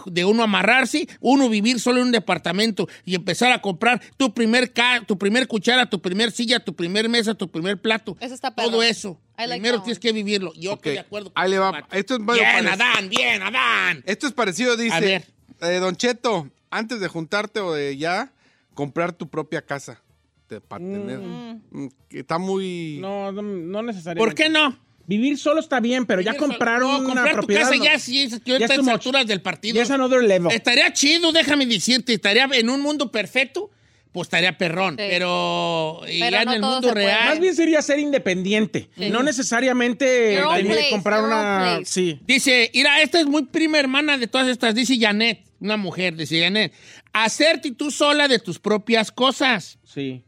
Speaker 2: de uno amarrarse, uno vivir solo en un departamento y empezar a comprar tu primer, ca- tu primer cuchara, tu primer silla, tu primer mesa, tu primer plato.
Speaker 3: Eso está
Speaker 2: Todo
Speaker 3: perro.
Speaker 2: eso.
Speaker 3: I like
Speaker 2: Primero
Speaker 3: that
Speaker 2: tienes
Speaker 3: one.
Speaker 2: que vivirlo. Yo estoy de
Speaker 5: Ok,
Speaker 2: acuerdo. con
Speaker 5: Ahí le
Speaker 2: ese
Speaker 5: va.
Speaker 2: vato.
Speaker 5: Esto es medio
Speaker 2: Bien,
Speaker 5: parec-
Speaker 2: Adán, bien, Adán.
Speaker 4: Eh,
Speaker 5: Esto es parecido, dice.
Speaker 2: A ver.
Speaker 5: eh, don Cheto, antes de juntarte o de ya, comprar tu propia casa. De, para tener. Mm, que Está muy.
Speaker 4: No, no, no necesariamente.
Speaker 2: ¿Por qué no?
Speaker 4: Vivir solo está bien, pero ya
Speaker 2: Vivir
Speaker 4: comprar
Speaker 2: solo-
Speaker 4: una
Speaker 2: no, comprar
Speaker 4: propiedad.
Speaker 2: tu casa
Speaker 4: no.
Speaker 2: ya sí, es- yo
Speaker 4: Ya
Speaker 2: está
Speaker 4: es
Speaker 2: en las
Speaker 4: too much.
Speaker 2: alturas del partido.
Speaker 4: Ya es another level.
Speaker 2: Estaría chido, déjame decirte, estaría en un mundo perfecto, pues estaría perrón,
Speaker 3: Sí.
Speaker 2: pero, y
Speaker 3: Pero
Speaker 2: ya
Speaker 3: no
Speaker 2: en el
Speaker 3: todo
Speaker 2: mundo
Speaker 3: se puede.
Speaker 2: real.
Speaker 4: Más bien sería ser independiente. No necesariamente
Speaker 3: Your own
Speaker 4: tener que
Speaker 3: place,
Speaker 4: comprar
Speaker 3: your own
Speaker 4: una.
Speaker 3: place.
Speaker 4: Sí.
Speaker 2: Dice, mira, esta es muy prima hermana de todas estas, dice Janet, una mujer, dice Janet, hacerte tú sola de tus propias cosas.
Speaker 4: Sí.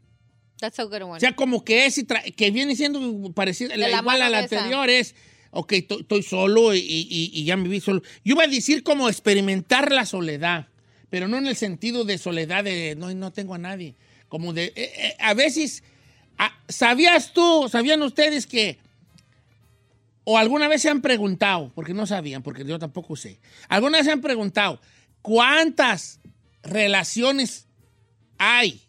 Speaker 3: That's a good one.
Speaker 2: O sea, como que es y tra- que viene siendo parecida, la,
Speaker 3: De la
Speaker 2: igual a
Speaker 3: mano
Speaker 2: la
Speaker 3: de esa.
Speaker 2: anterior es, ok, to- estoy solo y, y- y ya me vi solo. Yo iba a decir como experimentar la soledad, pero no en el sentido de soledad de no, no tengo a nadie. Como de, eh, eh, a veces, a- ¿sabías tú, sabían ustedes que, o alguna vez se han preguntado, porque no sabían, porque yo tampoco sé, alguna vez se han preguntado, ¿cuántas relaciones hay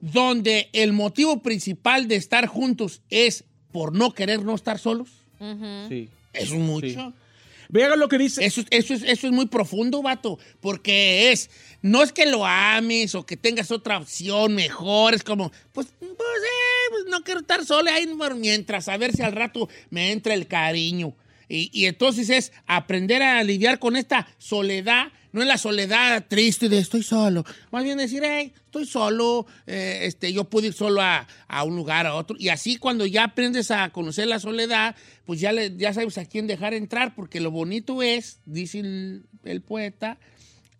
Speaker 2: donde el motivo principal de estar juntos es por no querer no estar solos?
Speaker 3: Mm.
Speaker 4: sí.
Speaker 2: Eso es mucho.
Speaker 4: Vean lo que dice.
Speaker 2: Eso, eso es, eso es muy profundo, vato, porque es, no es que lo ames o que tengas otra opción mejor, es como, pues, pues, eh, pues, pues no quiero estar sola ahí por mientras, a ver si al rato me entra el cariño. Y, y entonces es aprender a lidiar con esta soledad, no es la soledad triste de estoy solo, más bien decir, hey, estoy solo, eh, este, yo puedo ir solo a, a un lugar, a otro. Y así cuando ya aprendes a conocer la soledad, pues ya, le- ya sabes a quién dejar entrar, porque lo bonito es, dice el- el poeta,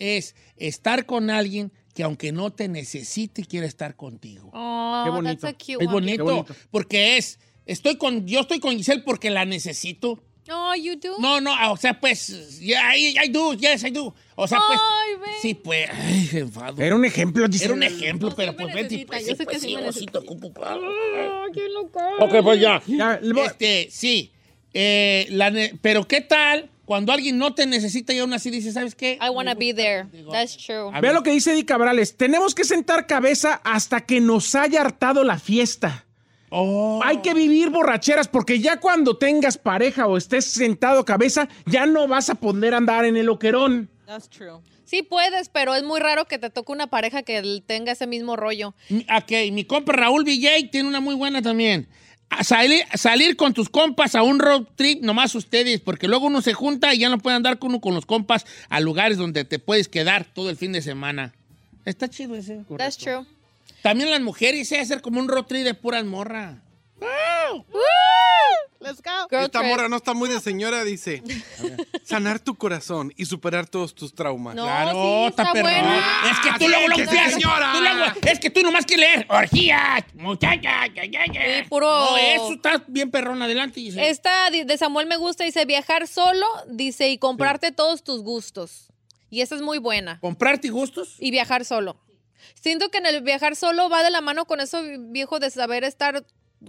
Speaker 2: es estar con alguien que aunque no te necesite, quiere estar contigo.
Speaker 3: Oh,
Speaker 2: Qué bonito.
Speaker 3: that's a cute
Speaker 2: Es
Speaker 3: one.
Speaker 2: bonito, porque es, estoy con, yo estoy con Giselle porque la necesito.
Speaker 3: Oh, you do?
Speaker 2: No, no, ah, o sea, pues, yeah, I, I do, yes, I do. O sea, pues,
Speaker 3: Ay, ve.
Speaker 2: sí, pues, ay, enfado.
Speaker 4: Era un ejemplo,
Speaker 2: Era
Speaker 4: Giselle.
Speaker 2: un ejemplo, pero pues, vete,
Speaker 3: necesita,
Speaker 2: pues,
Speaker 3: yo
Speaker 2: sí,
Speaker 3: sé
Speaker 2: pues,
Speaker 3: que sí
Speaker 2: sí,
Speaker 3: me
Speaker 2: vos sí te ocupo. Ah.
Speaker 4: Ok, pues ya.
Speaker 2: Este, sí, Eh, la ne- pero ¿qué tal cuando alguien no te necesita y aún así dice, ¿sabes qué?
Speaker 3: I wanna be there. That's true.
Speaker 2: A
Speaker 4: Vea lo que dice Eddie Cabrales. Tenemos que sentar cabeza hasta que nos haya hartado la fiesta.
Speaker 2: oh,
Speaker 4: Hay que vivir borracheras porque ya cuando tengas pareja o estés sentado cabeza, ya no vas a poder andar en el oquerón.
Speaker 6: That's true.
Speaker 3: Sí puedes, pero es muy raro que te toque una pareja que l- tenga ese mismo rollo.
Speaker 2: Mi- Ok, mi compa Raúl Villay tiene una muy buena también. A salir, salir con tus compas a un road trip, nomás ustedes, porque luego uno se junta y ya no puede andar con, uno- con los compas a lugares donde te puedes quedar todo el fin de semana. Está chido ese.
Speaker 3: That's true.
Speaker 2: También las mujeres se hacer como un road trip de puras morra.
Speaker 6: Let's go.
Speaker 3: Girl
Speaker 5: Esta
Speaker 3: trip.
Speaker 5: morra no está muy de señora, dice. Sanar tu corazón y superar todos tus traumas.
Speaker 3: No,
Speaker 2: Claro,
Speaker 3: sí,
Speaker 2: está
Speaker 3: está
Speaker 2: perrón.
Speaker 3: buena.
Speaker 2: Es que
Speaker 5: Ah,
Speaker 2: tú luego
Speaker 5: sí,
Speaker 2: lo
Speaker 5: que sí,
Speaker 2: empleas,
Speaker 5: señora.
Speaker 2: tú luego- es que tú nomás que leer. Orgías, muchachas. ya, ya, ya.
Speaker 3: Sí, puro-
Speaker 2: No, eso está bien perrón. Adelante, Giselle.
Speaker 3: Esta di- de Samuel me gusta, dice viajar solo, dice, y comprarte todos tus gustos. Y esa es muy buena.
Speaker 2: ¿Comprarte gustos?
Speaker 3: Y viajar solo. Siento que en el viajar solo va de la mano con eso viejo de saber estar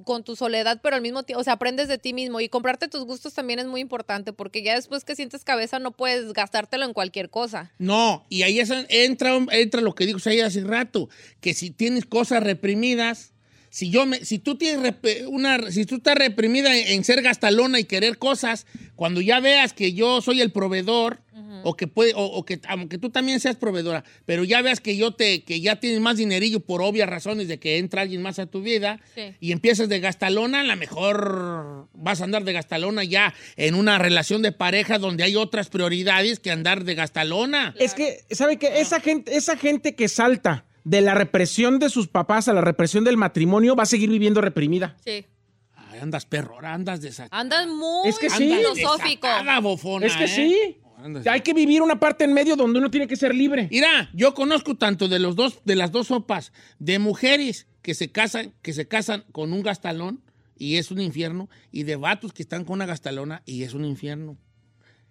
Speaker 3: con tu soledad, pero al mismo tiempo, o sea, aprendes de ti mismo y comprarte tus gustos también es muy importante porque ya después que sientes cabeza no puedes gastártelo en cualquier cosa.
Speaker 2: No, y ahí es- entra, entra lo que dijo Said hace rato, que si tienes cosas reprimidas, si yo me, si tú tienes rep- una, si tú estás reprimida en, en ser gastalona y querer cosas, cuando ya veas que yo soy el proveedor o que puede, o, o que aunque tú también seas proveedora, pero ya veas que yo te, que ya tienes más dinerillo por obvias razones de que entra alguien más a tu vida
Speaker 3: Sí.
Speaker 2: y empiezas de gastalona, a lo mejor vas a andar de gastalona ya en una relación de pareja donde hay otras prioridades que andar de gastalona.
Speaker 4: Es que, ¿sabe qué? Esa gente, esa gente que salta de la represión de sus papás a la represión del matrimonio va a seguir viviendo reprimida.
Speaker 3: Sí.
Speaker 2: Ay, andas perro, ahora andas desatada.
Speaker 3: Andas muy
Speaker 4: Es que sí.
Speaker 3: Ah, filosófico.
Speaker 2: Desatada, bofona,
Speaker 4: es que
Speaker 2: ¿eh?
Speaker 4: sí.
Speaker 5: Ándale.
Speaker 4: Hay que vivir una parte en medio donde uno tiene que ser libre.
Speaker 2: Mira, yo conozco tanto de los dos, de las dos sopas, de mujeres que se casan, que se casan con un gastalón y es un infierno, y de vatos que están con una gastalona y es un infierno.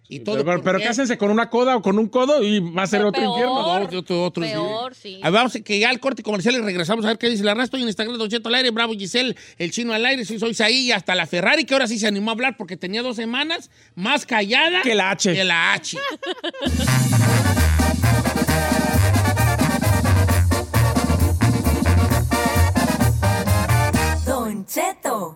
Speaker 2: Y todo
Speaker 4: pero pero,
Speaker 2: ¿por
Speaker 4: pero
Speaker 2: qué?
Speaker 4: cásense con una coda o con un codo y va a ser
Speaker 3: Pero
Speaker 4: otro
Speaker 3: peor.
Speaker 4: infierno.
Speaker 2: Otro, otro, otro, sí.
Speaker 3: Peor, sí.
Speaker 2: Ah, Vamos, que ya al corte comercial y regresamos a ver qué dice la resto. Y en Instagram, Don Cheto al aire, Bravo Giselle, el chino al aire, sí, soy Saí y hasta la Ferrari, que ahora sí se animó a hablar porque tenía dos semanas más callada
Speaker 4: Que la H.
Speaker 2: Que la H.
Speaker 9: Don Cheto.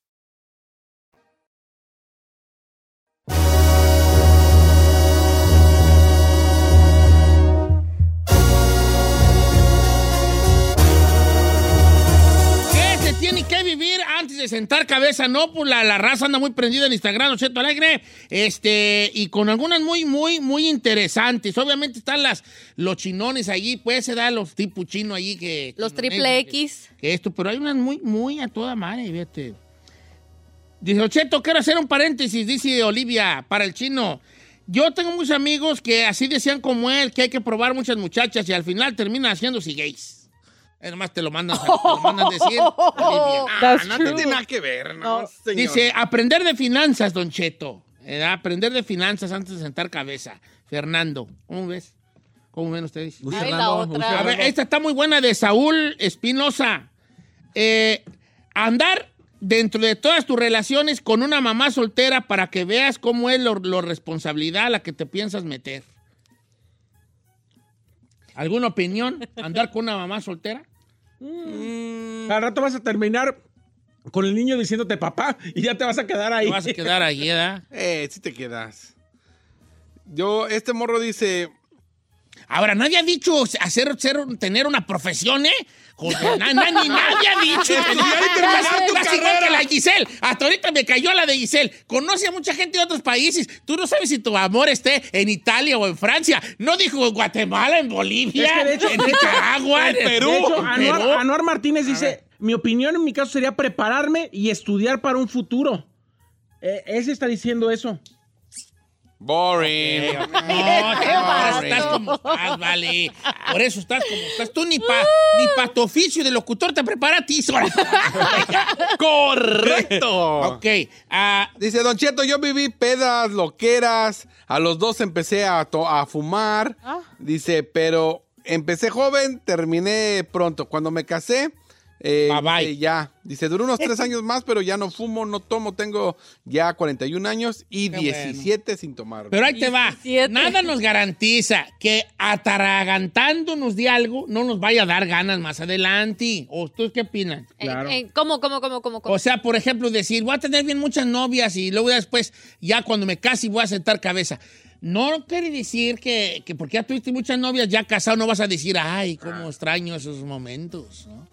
Speaker 2: ¿Qué se tiene que vivir antes de sentar cabeza, no, pues la, la raza anda muy prendida en Instagram, Cheto Alegre, este, y con algunas muy, muy, muy interesantes. Obviamente están las, los chinones allí, pues se dan los tipos chinos allí que...
Speaker 3: Los triple X.
Speaker 2: que esto, pero hay unas muy, muy a toda madre, fíjate. Dice, Cheto, quiero hacer un paréntesis, dice Olivia, para el chino. Yo tengo muchos amigos que así decían como él, que hay que probar muchas muchachas y al final termina haciéndose gays. Eh, Nomás te lo mandan, a- te lo mandan a decir. Olivia. Ah,
Speaker 5: That's
Speaker 2: no
Speaker 5: true.
Speaker 2: tiene nada que ver, no,
Speaker 5: No. señor.
Speaker 2: Dice, aprender de finanzas, Don Cheto. Eh, aprender de finanzas antes de sentar cabeza. Fernando, ¿cómo ves? ¿Cómo ven ustedes?
Speaker 3: Uy, Ay, Fernando, la uy, otra.
Speaker 2: A ver,
Speaker 3: Fernando.
Speaker 2: esta está muy buena de Saúl Espinosa. Eh, andar dentro de todas tus relaciones con una mamá soltera para que veas cómo es la responsabilidad a la que te piensas meter. ¿Alguna opinión? ¿Andar con una mamá soltera?
Speaker 4: Al rato vas a terminar con el niño diciéndote papá y ya te vas a quedar ahí.
Speaker 2: Te vas a quedar ahí, ¿verdad?
Speaker 5: Eh, sí te quedas. Yo, este morro dice...
Speaker 2: Ahora, nadie ha dicho hacer, ser- tener una profesión, ¿eh? Joder, na- na- ni nadie ha dicho.
Speaker 5: Ya de terminar tu
Speaker 2: Casi igual
Speaker 5: carrera.
Speaker 2: que la Giselle. Hasta ahorita me cayó la de Giselle. Conoce a mucha gente de otros países. Tú no sabes si tu amor esté en Italia o en Francia. No dijo en Guatemala, en Bolivia,
Speaker 4: Es que de hecho-
Speaker 2: en Nicaragua, en Perú.
Speaker 4: De hecho,
Speaker 2: en
Speaker 4: Anuar,
Speaker 2: Perú.
Speaker 4: Anuar Martínez dice, mi opinión en mi caso sería prepararme y estudiar para un futuro. Eh, ese está diciendo eso.
Speaker 5: Boring.
Speaker 2: No, estás, estás como estás, vale. Por eso estás como estás. Tú ni pa, ni pa tu oficio de locutor te prepara a ti sola.
Speaker 5: ¡Correcto!
Speaker 2: ok. ah,
Speaker 5: Dice, Don Cheto, yo viví pedas, loqueras. A los dos empecé a, to- a fumar. Dice, pero empecé joven, terminé pronto. Cuando me casé, eh, dice, ya. Dice, duró unos tres años más, pero ya no fumo, no tomo. Tengo ya 41 años y
Speaker 2: Qué
Speaker 5: 17 sin tomar.
Speaker 2: Pero ahí te va. Nada nos garantiza que ataragantándonos de algo no nos vaya a dar ganas más adelante. ¿O tú qué opinas?
Speaker 3: Eh, ¿Cómo, cómo, cómo, cómo? cómo?
Speaker 2: O sea, por ejemplo, decir, voy a tener bien muchas novias y luego ya después, ya cuando me case, voy a sentar cabeza. No quiere decir que, que porque ya tuviste muchas novias, ya casado, no vas a decir, ay, cómo extraño esos momentos. ¿no?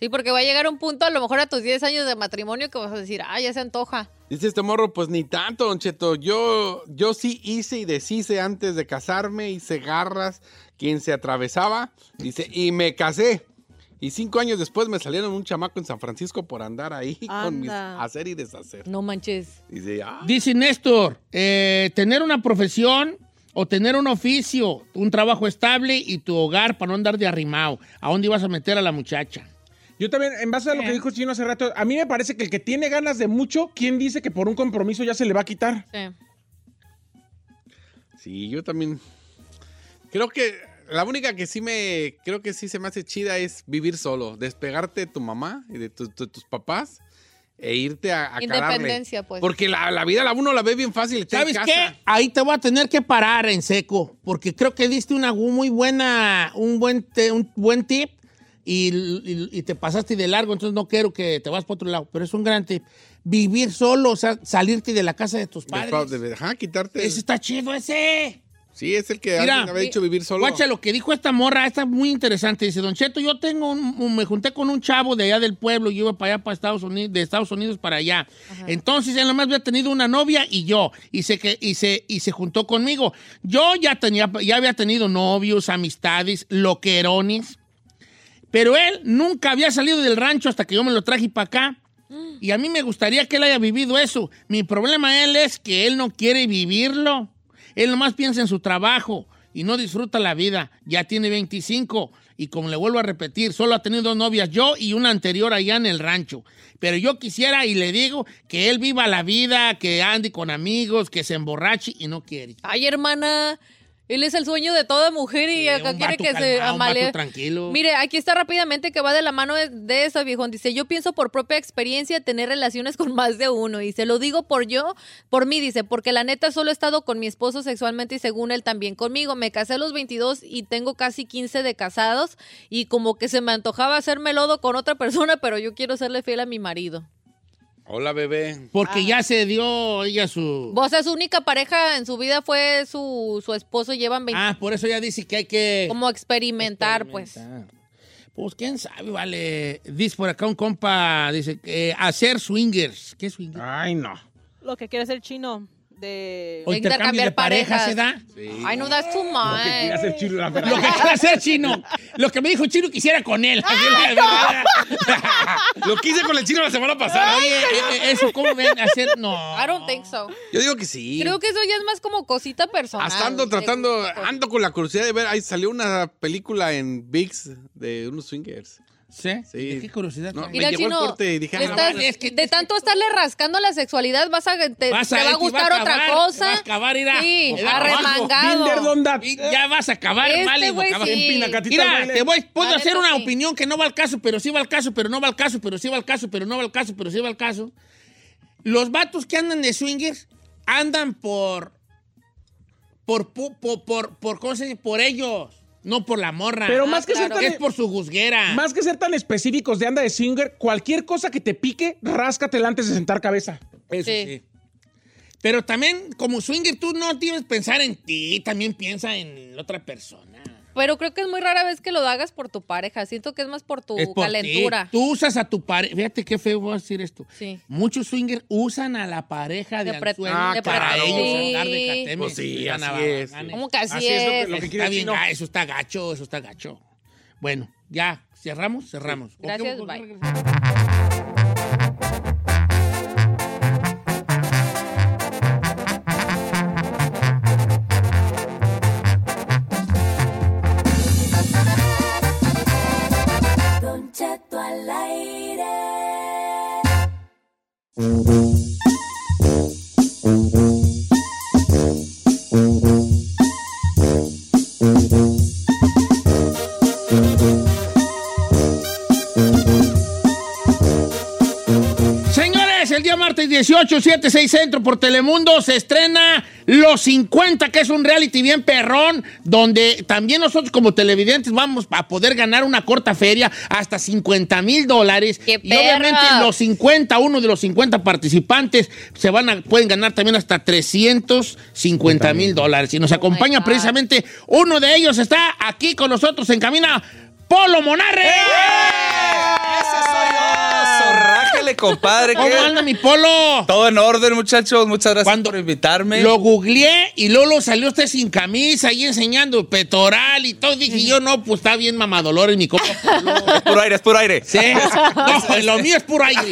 Speaker 3: Sí, porque va a llegar un punto, a lo mejor a tus 10 años de matrimonio, que vas a decir, ah, ya se antoja.
Speaker 5: Dice este morro, pues ni tanto, Don Cheto. Yo, yo sí hice y deshice antes de casarme, hice garras, quien se atravesaba, dice, y me casé. Y cinco años después me salieron un chamaco en San Francisco por andar ahí con mis
Speaker 3: Anda.
Speaker 5: hacer y deshacer.
Speaker 3: No manches.
Speaker 5: Dice, ah,
Speaker 2: Dice Néstor, eh, tener una profesión o tener un oficio, un trabajo estable y tu hogar para no andar de arrimado. ¿A dónde ibas a meter a la muchacha?
Speaker 4: Yo también, en base a lo que dijo Chino hace rato, a mí me parece que el que tiene ganas de mucho, ¿quién dice que por un compromiso ya se le va a quitar?
Speaker 5: sí, yo también. Creo que la única que sí me, creo que sí se me hace chida es vivir solo, despegarte de tu mamá y de tu- tu- tus papás e irte a, a calarle.
Speaker 3: Independencia, pues.
Speaker 5: Porque la, la vida la uno la ve bien fácil. está en
Speaker 2: ¿Sabes
Speaker 5: casa.
Speaker 2: qué? Ahí te voy a tener que parar en seco, porque creo que diste una gu- muy buena, un buen, te- un buen tip y, y- y te pasaste de largo, entonces no quiero que te vas para otro lado, pero es un gran tip. Vivir solo, o sea, salirte de la casa de tus
Speaker 5: Del
Speaker 2: padres.
Speaker 5: pa- de- ajá, quitarte.
Speaker 2: Ese está chido ese.
Speaker 5: Sí, es el que
Speaker 2: Mira,
Speaker 5: alguien había dicho vivir solo.
Speaker 2: Guacha, lo que dijo esta morra, está muy interesante. Dice, Don Cheto, yo tengo un, un- me junté con un chavo de allá del pueblo, yo iba para allá, para Estados Unidos, de Estados Unidos para allá. Entonces, él nomás había tenido una novia y yo, y se, que, y se, y se juntó conmigo. Yo ya, tenía, ya había tenido novios, amistades, loquerones, pero él nunca había salido del rancho hasta que yo me lo traje para acá. Y a mí me gustaría que él haya vivido eso. Mi problema él es que él no quiere vivirlo. Él nomás piensa en su trabajo y no disfruta la vida. Ya tiene 25 y como le vuelvo a repetir, solo ha tenido dos novias, yo y una anterior allá en el rancho. Pero yo quisiera y le digo que él viva la vida, que ande con amigos, que se emborrache y no quiere.
Speaker 3: Ay, hermana, él es el sueño de toda mujer y acá
Speaker 2: Un
Speaker 3: quiere
Speaker 2: vato
Speaker 3: que se
Speaker 2: calmado, un vato
Speaker 3: amale.
Speaker 2: tranquilo.
Speaker 3: Mire, aquí está rápidamente que va de la mano de, de eso, viejón. Dice, yo pienso por propia experiencia tener relaciones con más de uno. Y se lo digo por yo, por mí, dice, porque la neta solo he estado con mi esposo sexualmente y según él también conmigo. Me casé a los 22 y tengo casi 15 de casados y como que se me antojaba hacerme lodo con otra persona, pero yo quiero serle fiel a mi marido.
Speaker 5: Hola, bebé.
Speaker 2: Porque ya se dio ella su...
Speaker 3: O sea, su única pareja en su vida fue su, su esposo, llevan 20
Speaker 2: Ah, por eso ya dice que hay que...
Speaker 3: como experimentar, pues.
Speaker 2: Pues quién sabe, vale. Dice por acá un compa, dice, eh, hacer swingers. ¿Qué swingers?
Speaker 4: Ay, no.
Speaker 6: Lo que quiere es el chino de...
Speaker 2: O intercambio de parejas, ¿se da?
Speaker 3: Ay, no, das too much.
Speaker 4: hacer chino la
Speaker 2: Lo que quiere hacer Chino. Lo que me dijo Chino quisiera con él. Así la verdad.
Speaker 5: Lo quise con el chino la semana pasada.
Speaker 2: Oye, eh, eh, eso, ¿cómo ven? Hacer, no.
Speaker 3: I don't think so.
Speaker 5: Yo digo que sí.
Speaker 3: Creo que ah, eso ya es más como cosita personal.
Speaker 5: Hasta ando
Speaker 3: de
Speaker 5: tratando,
Speaker 3: gusto. pues.
Speaker 5: ando con la curiosidad de ver, ahí salió una película en VIX de unos swingers.
Speaker 2: ¿Sí?
Speaker 5: Sí.
Speaker 2: ¿De qué curiosidad?
Speaker 5: No, me
Speaker 3: Mira,
Speaker 5: llegó
Speaker 3: Chino,
Speaker 5: el corte y dije,
Speaker 3: le
Speaker 5: ah,
Speaker 3: estás-
Speaker 5: vale.
Speaker 2: es que-
Speaker 3: de tanto estarle rascando la sexualidad, vas a, te, te
Speaker 2: Vas
Speaker 3: va
Speaker 2: ver
Speaker 3: a
Speaker 2: que
Speaker 3: gustar
Speaker 2: va a acabar,
Speaker 3: otra cosa.
Speaker 2: Vas a acabar, irá.
Speaker 3: Sí,
Speaker 2: Vas a acabar.
Speaker 3: arremangado.
Speaker 4: Tinder, ¿dónde?
Speaker 2: Y ya vas a acabar
Speaker 3: Este
Speaker 2: mal y
Speaker 3: güey
Speaker 2: acabas-
Speaker 3: sí.
Speaker 4: Empina, Catita, al
Speaker 2: Mira,
Speaker 4: baile.
Speaker 2: te voy, puedo
Speaker 3: La
Speaker 2: hacer
Speaker 3: neta,
Speaker 2: una
Speaker 3: sí.
Speaker 2: opinión que no va al caso, pero sí va al caso, pero no va al caso, pero sí va al caso, pero no va al caso, pero sí va al caso. Los vatos que andan de swingers andan por por pu- por por, por ¿cómo se dice? por ellos, no por la morra.
Speaker 4: Pero más que
Speaker 3: Ah, claro.
Speaker 4: ser tan,
Speaker 2: es por su juzguera.
Speaker 4: más que ser tan específicos de anda de singer, cualquier cosa que te pique, ráscatela antes de sentar cabeza.
Speaker 2: Eso sí.
Speaker 3: Sí.
Speaker 2: Pero también, como swinger, tú no tienes que pensar en ti, también piensa en la otra persona.
Speaker 3: Pero creo que es muy rara vez que lo hagas por tu pareja. Siento que es más por tu
Speaker 2: Es por ti.
Speaker 3: calentura.
Speaker 2: Tú usas a tu pareja. Fíjate qué feo voy a decir esto.
Speaker 3: Sí.
Speaker 2: Muchos swingers usan a la pareja de,
Speaker 3: De pre-
Speaker 2: anzuelo
Speaker 3: Ah, de
Speaker 2: para
Speaker 3: pretexto.
Speaker 2: ellos
Speaker 3: Sí.
Speaker 2: andar de jatemes.
Speaker 5: Pues sí,
Speaker 2: Oigan,
Speaker 5: así
Speaker 2: a-
Speaker 5: es.
Speaker 2: ganes.
Speaker 3: ¿Cómo que así,
Speaker 4: Así es
Speaker 3: es?
Speaker 4: lo que- lo que-
Speaker 2: Está bien,
Speaker 4: decir, no.
Speaker 2: ga- eso está gacho, eso está gacho. Bueno, ya, cerramos, cerramos. ¿O qué-
Speaker 3: Gracias,
Speaker 2: o qué-
Speaker 3: bye.
Speaker 9: Don Cheto al aire.
Speaker 2: Señores, el día martes 18, 76 Centro por Telemundo se estrena Los 50, que es un reality bien perrón, donde también nosotros como televidentes vamos a poder ganar una corta feria hasta 50 mil dólares.
Speaker 3: ¡Qué
Speaker 2: Y obviamente
Speaker 3: perro!
Speaker 2: los 50, uno de los 50 participantes, se van a, pueden ganar también hasta 350 mil dólares. Y nos acompaña
Speaker 3: God.
Speaker 2: precisamente uno de ellos, está aquí con nosotros en camina, Polo Monarre.
Speaker 10: ¡Ese soy yo!
Speaker 3: Ah.
Speaker 10: ¡Zorrájale, compadre!
Speaker 2: ¿Cómo
Speaker 10: ¡Eh! ¿qué?
Speaker 2: anda mi Polo?
Speaker 10: Todo en orden, muchachos. Muchas gracias
Speaker 2: Cuando-
Speaker 10: por invitarme.
Speaker 2: Lo googleé y Lolo salió usted sin camisa y enseñando pectoral y todo. Dije yo, no, pues está bien mamadolor en mi copa.
Speaker 10: Es puro aire, es puro aire.
Speaker 2: Sí. No, pues lo mío es puro aire.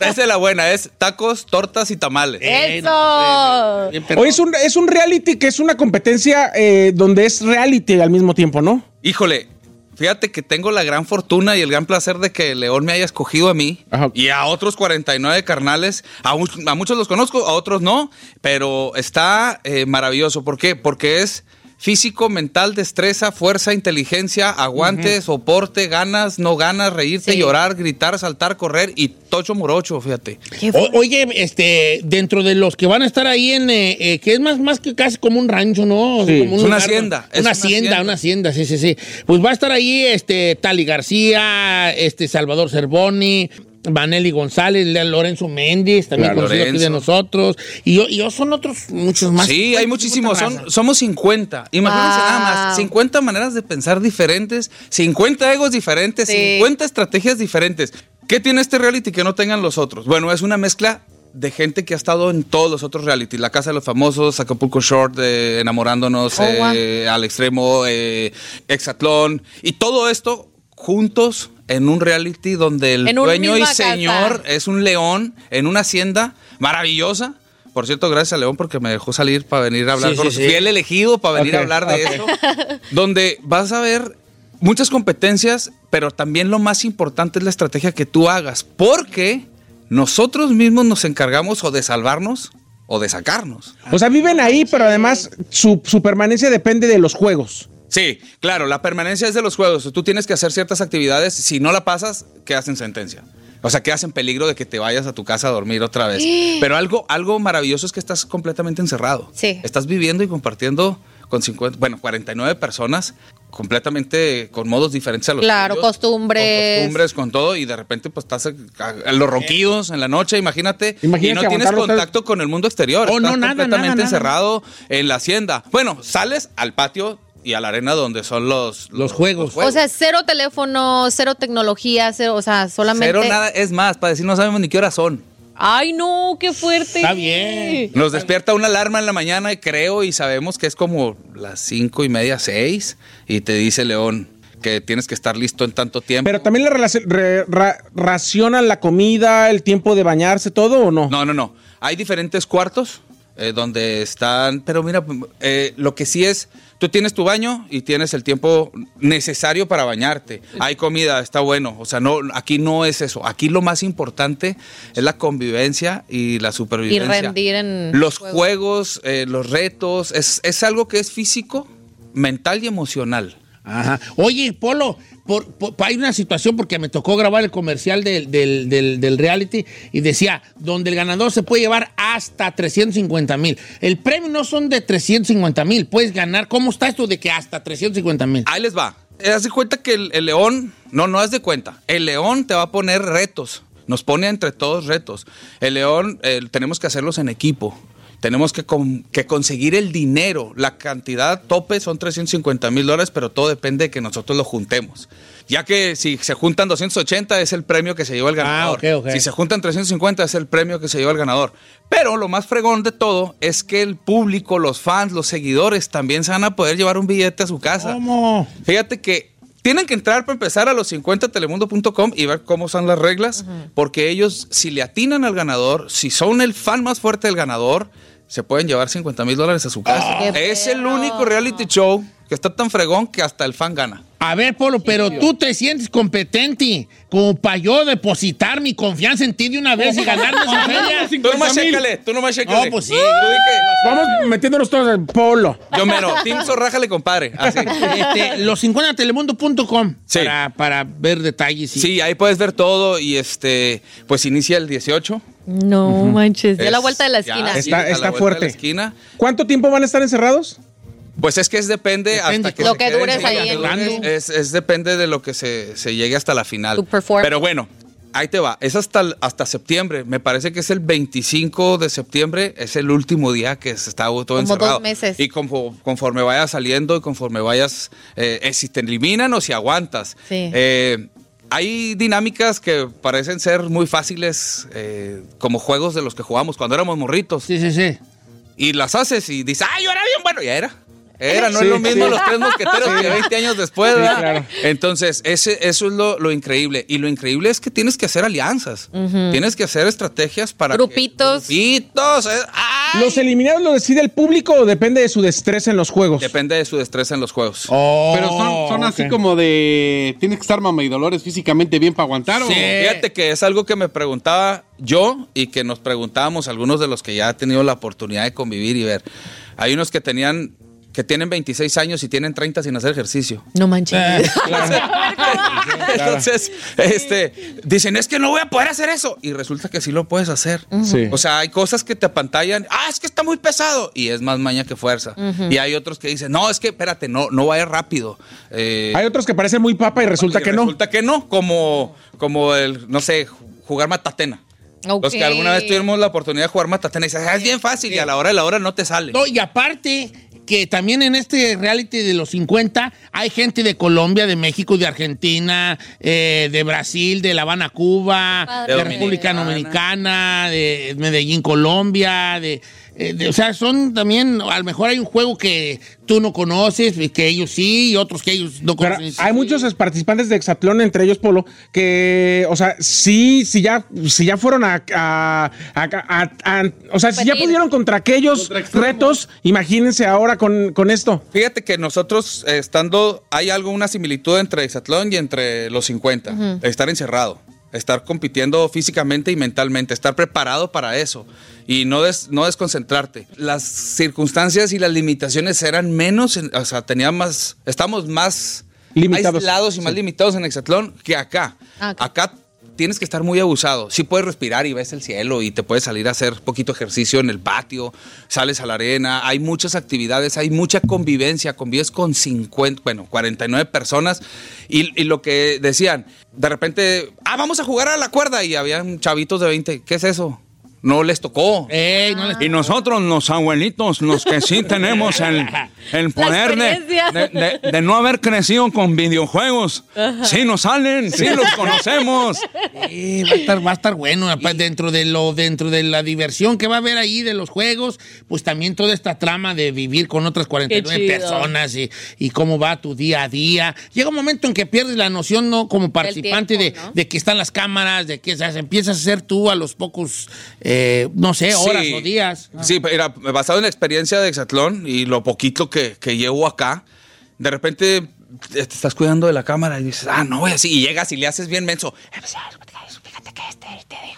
Speaker 10: Esa es la buena, es tacos, tortas y tamales.
Speaker 2: Eh, no,
Speaker 3: ¡Eso!
Speaker 2: eh, eh,
Speaker 4: O es un, es un reality que es una competencia eh, donde es reality al mismo tiempo, ¿no?
Speaker 10: Híjole, fíjate que tengo la gran fortuna y el gran placer de que León me haya escogido a mí
Speaker 4: Ajá.
Speaker 10: y a otros 49 carnales. A, un- a muchos los conozco, a otros no, pero está eh, maravilloso. ¿Por qué? Porque es físico, mental, destreza, fuerza, inteligencia, aguante, soporte, ganas, no ganas, reírte,
Speaker 3: Sí.
Speaker 10: llorar, gritar, saltar, correr y tocho morocho, fíjate.
Speaker 2: o- oye, este, dentro de los que van a estar ahí en, eh, eh, que es más, más que casi como un rancho, ¿no? O sea,
Speaker 4: Sí.
Speaker 2: como un
Speaker 10: Es una
Speaker 2: lugar,
Speaker 10: hacienda,
Speaker 2: Una,
Speaker 10: es una
Speaker 2: hacienda,
Speaker 10: hacienda.
Speaker 2: una hacienda, sí, sí, sí. Pues va a estar ahí este Tali García, este Salvador Cervoni, Vanelli González, Le- Lorenzo Méndez, también
Speaker 10: Claro,
Speaker 2: conocido aquí de
Speaker 10: Lorenzo.
Speaker 2: nosotros. Y yo, y yo son otros muchos más.
Speaker 10: Sí, hay muchísimos.
Speaker 2: mucha
Speaker 10: Son,
Speaker 2: raza.
Speaker 10: somos 50. Imagínense
Speaker 3: Wow.
Speaker 10: nada más. 50 maneras de pensar diferentes, 50 egos diferentes,
Speaker 3: Sí.
Speaker 10: 50 estrategias diferentes. ¿Qué tiene este reality que no tengan los otros? Bueno, es una mezcla de gente que ha estado en todos los otros reality. La Casa de los Famosos, Acapulco Short, eh, Enamorándonos,
Speaker 3: Oh, wow.
Speaker 10: eh, Al Extremo, eh, Exatlón. Y todo esto juntos en un reality donde el
Speaker 3: En un
Speaker 10: dueño y
Speaker 3: misma casa.
Speaker 10: señor es un león en una hacienda maravillosa. Por cierto, gracias a León porque me dejó salir para venir a hablar
Speaker 2: Sí,
Speaker 10: con
Speaker 2: sí,
Speaker 10: los-
Speaker 2: sí.
Speaker 10: fui el elegido para venir
Speaker 4: Ok,
Speaker 10: a hablar de
Speaker 4: ok.
Speaker 10: eso. Donde vas a ver muchas competencias, pero también lo más importante es la estrategia que tú hagas, porque nosotros mismos nos encargamos o de salvarnos o de sacarnos.
Speaker 4: O sea, viven ahí, pero además su, su permanencia depende de los juegos.
Speaker 10: Sí, claro, la permanencia es de los juegos. Tú tienes que hacer ciertas actividades. Si no la pasas, quedas en sentencia. O sea, quedas en peligro de que te vayas a tu casa a dormir otra vez. Pero algo, algo maravilloso es que estás completamente encerrado.
Speaker 3: Sí.
Speaker 10: Estás viviendo y compartiendo con 50, bueno, 49 personas completamente con modos diferentes a los
Speaker 3: Claro,
Speaker 10: tuyos,
Speaker 3: costumbres.
Speaker 10: Con costumbres, con todo. Y de repente, pues estás a, a- a los roquidos en la noche, imagínate.
Speaker 4: Imagínate
Speaker 10: y no tienes
Speaker 4: aguantarlo, ¿sabes?
Speaker 10: contacto con el mundo exterior.
Speaker 2: Oh, no, nada,
Speaker 10: estás
Speaker 2: nada,
Speaker 10: completamente
Speaker 2: nada.
Speaker 10: encerrado en la hacienda. Bueno, sales al patio y a la arena donde son los,
Speaker 2: los, juegos.
Speaker 3: O sea, cero teléfono, cero tecnología, cero, o sea, solamente.
Speaker 10: Cero nada, es más, para decir no sabemos ni qué horas son.
Speaker 3: Ay, no, qué fuerte.
Speaker 2: Está bien.
Speaker 10: Nos despierta una alarma en la mañana, y creo, y sabemos que es como las cinco y media, seis, y te dice León que tienes que estar listo en tanto tiempo.
Speaker 4: Pero también le relac- re- ra- racionan la comida, el tiempo de bañarse, todo o no?
Speaker 10: No, no, no. Hay diferentes cuartos eh, donde están, pero mira, eh, lo que sí es, tú tienes tu baño y tienes el tiempo necesario para bañarte. Hay comida, está bueno. O sea, no, aquí no es eso. Aquí lo más importante es la convivencia y la
Speaker 3: Y
Speaker 10: supervivencia.
Speaker 3: rendir en.
Speaker 10: Los juegos, eh, los retos, es, es algo que es físico, mental y emocional.
Speaker 2: Ajá. Oye, Polo, por- por- hay una situación porque me tocó grabar el comercial del, del- del- del reality y decía, donde el ganador se puede llevar hasta 350 mil. El premio no son de 350 mil, puedes ganar. ¿Cómo está esto de que hasta 350 mil?
Speaker 10: Ahí les va. Eh, Haz de cuenta que el, el león, no, no haz de cuenta. El león te va a poner retos. Nos pone entre todos retos. El león eh, tenemos que hacerlos en equipo. Tenemos que, con- que conseguir el dinero. La cantidad tope son 350 mil dólares, pero todo depende de que nosotros lo juntemos. Ya que si se juntan 280 es el premio que se lleva el ganador.
Speaker 2: Ah, ok, ok.
Speaker 10: Si se juntan 350 es el premio que se lleva el ganador. Pero lo más fregón de todo es que el público, los fans, los seguidores también se van a poder llevar un billete a su casa.
Speaker 2: ¿Cómo?
Speaker 10: Fíjate que tienen que entrar para empezar a los 50 telemundo.com y ver cómo son las reglas, porque ellos si le atinan al ganador, si son el fan más fuerte del ganador, se pueden llevar 50 mil dólares a su
Speaker 3: Ah,
Speaker 10: casa. es el único reality show que está tan fregón que hasta el fan gana.
Speaker 2: A ver, Polo, pero tú te sientes competente como para yo depositar mi confianza en ti de una vez y ganarme esa feria.
Speaker 4: Pues
Speaker 10: Tú nomás chécale, tú nomás chécale.
Speaker 2: No, pues sí.
Speaker 10: Tú di que-
Speaker 4: Vamos metiéndonos todos en polo.
Speaker 10: Yo mero, Tim Zorrájale, compadre. Así.
Speaker 2: Este, los 50 telemundo.com
Speaker 10: Sí.
Speaker 2: para, para ver detalles. y-
Speaker 10: Sí, ahí puedes ver todo y este, pues inicia el 18.
Speaker 3: No manches. Pues Ya
Speaker 10: Es-
Speaker 3: la vuelta de la
Speaker 10: ya,
Speaker 3: esquina.
Speaker 10: sí,
Speaker 4: Está-
Speaker 10: a la
Speaker 4: está
Speaker 10: vuelta de la
Speaker 4: fuerte.
Speaker 10: esquina.
Speaker 4: ¿Cuánto tiempo van a estar encerrados?
Speaker 10: Pues es que es depende,
Speaker 2: Depende.
Speaker 10: hasta que
Speaker 3: Lo
Speaker 10: se
Speaker 3: que
Speaker 10: queden,
Speaker 3: dures
Speaker 10: sí,
Speaker 3: ahí
Speaker 10: lo que
Speaker 3: en-
Speaker 10: dures. Es, es depende de lo que se, se llegue hasta la final.
Speaker 3: Tu performance.
Speaker 10: Pero bueno, ahí te va. Es hasta, el- hasta septiembre. Me parece que es el 25 de septiembre. Es el último día que se está todo encerrado.
Speaker 3: dos meses.
Speaker 10: Y confo- conforme vayas saliendo y conforme vayas, eh, eh, si te eliminan o si aguantas.
Speaker 3: Sí.
Speaker 10: Eh, hay dinámicas que parecen ser muy fáciles, eh, como juegos de los que jugamos cuando éramos morritos
Speaker 2: sí, sí, sí.
Speaker 10: y las haces y dices, ¡ay, yo era bien bueno! Ya era. Era, no
Speaker 4: Sí,
Speaker 10: es lo mismo
Speaker 4: sí.
Speaker 10: los tres mosqueteros que 20 años después,
Speaker 4: Sí,
Speaker 10: ¿verdad?
Speaker 4: claro.
Speaker 10: Entonces, ese, eso es lo, lo increíble. Y lo increíble es que tienes que hacer alianzas. Tienes que hacer estrategias para. que-
Speaker 3: Grupitos.
Speaker 10: grupitos. eh, ¡ay!
Speaker 4: ¿Los eliminados lo decide el público o depende de su destreza en los juegos?
Speaker 10: Depende de su destreza en los juegos.
Speaker 2: Oh,
Speaker 5: Pero son, son así
Speaker 2: ok.
Speaker 5: como de. Tienes que estar mamá y dolores físicamente bien para aguantar. ¿o?
Speaker 2: Sí.
Speaker 10: Fíjate que es algo que me preguntaba yo y que nos preguntábamos algunos de los que ya han tenido la oportunidad de convivir y ver. Hay unos que tenían que tienen 26 años y tienen 30 sin hacer ejercicio.
Speaker 3: No manches.
Speaker 2: Eh.
Speaker 10: Entonces, este, dicen, es que no voy a poder hacer eso. Y resulta que sí lo puedes hacer.
Speaker 4: Sí.
Speaker 10: O sea, hay cosas que te apantallan. Ah, es que está muy pesado. Y es más maña que fuerza. Y hay otros que dicen, no, es que espérate, no, no vaya rápido. Eh,
Speaker 4: Hay otros que parecen muy papa y resulta
Speaker 10: y
Speaker 4: que no.
Speaker 10: Resulta que no, como, como el, no sé, ju- jugar matatena.
Speaker 3: Ok.
Speaker 10: Los que alguna vez tuvimos la oportunidad de jugar matatena y dices, "Ah, es bien fácil y a la hora de la hora no te sale.
Speaker 2: No, y aparte que también en este reality de los 50 hay gente de Colombia, de México, de Argentina, eh, de Brasil, de La Habana, Cuba,
Speaker 3: padre.
Speaker 2: de
Speaker 10: De
Speaker 2: República Dominicana,
Speaker 10: Dominicana.
Speaker 2: de Medellín, Colombia, de, eh, de- o sea, son también, a lo mejor hay un juego que tú no conoces, y que ellos sí, y otros que ellos no
Speaker 4: Pero
Speaker 2: conocen.
Speaker 4: hay muchos participantes de Exatlón, entre ellos Polo, que, o sea, sí, sí ya, si ya fueron a, a- a- a- a- o sea, si ya
Speaker 3: Competir.
Speaker 4: pudieron contra aquellos retos, imagínense ahora con, con esto.
Speaker 10: Fíjate que nosotros eh, estando, hay algo, una similitud entre Exatlón y entre los 50. Estar encerrado, estar compitiendo físicamente y mentalmente, estar preparado para eso y no, des- no desconcentrarte. Las circunstancias y las limitaciones eran menos, en- o sea, tenía más, estamos más
Speaker 4: Limitados.
Speaker 10: aislados y más limitados en Exatlón que acá.
Speaker 3: Ah, ok.
Speaker 10: Acá tienes que estar muy abusado. Sí puedes respirar y ves el cielo y te puedes salir a hacer poquito ejercicio en el patio, sales a la arena, hay muchas actividades, hay mucha convivencia, convives con 50, bueno, 49 personas y, y lo que decían, de repente, ah, vamos a jugar a la cuerda y habían chavitos de 20, ¿qué es eso? no les tocó.
Speaker 2: no les
Speaker 10: y nosotros, los abuelitos, los que sí tenemos el, el poder de,
Speaker 11: experiencia.
Speaker 10: de- de- de no haber crecido con videojuegos,
Speaker 2: Ajá.
Speaker 10: sí nos salen, sí los conocemos.
Speaker 2: Sí, va a estar, va a estar bueno. apa- Dentro de lo, dentro de la diversión que va a haber ahí de los juegos, pues también toda esta trama de vivir con otras 49
Speaker 11: Qué chido.
Speaker 2: personas y, y cómo va tu día a día. Llega un momento en que pierdes la noción, ¿no? Como participante
Speaker 11: tiempo,
Speaker 2: de,
Speaker 11: ¿no?
Speaker 2: de que están las cámaras, de que o sea, empiezas a ser tú a los pocos, eh, no sé, horas
Speaker 10: Sí.
Speaker 2: o días. Ah.
Speaker 10: Sí, era basado en la experiencia de Exatlón y lo poquito que, que llevo acá, de repente te estás cuidando de la cámara y dices, ah, no, voy así. Y llegas y le haces bien menso.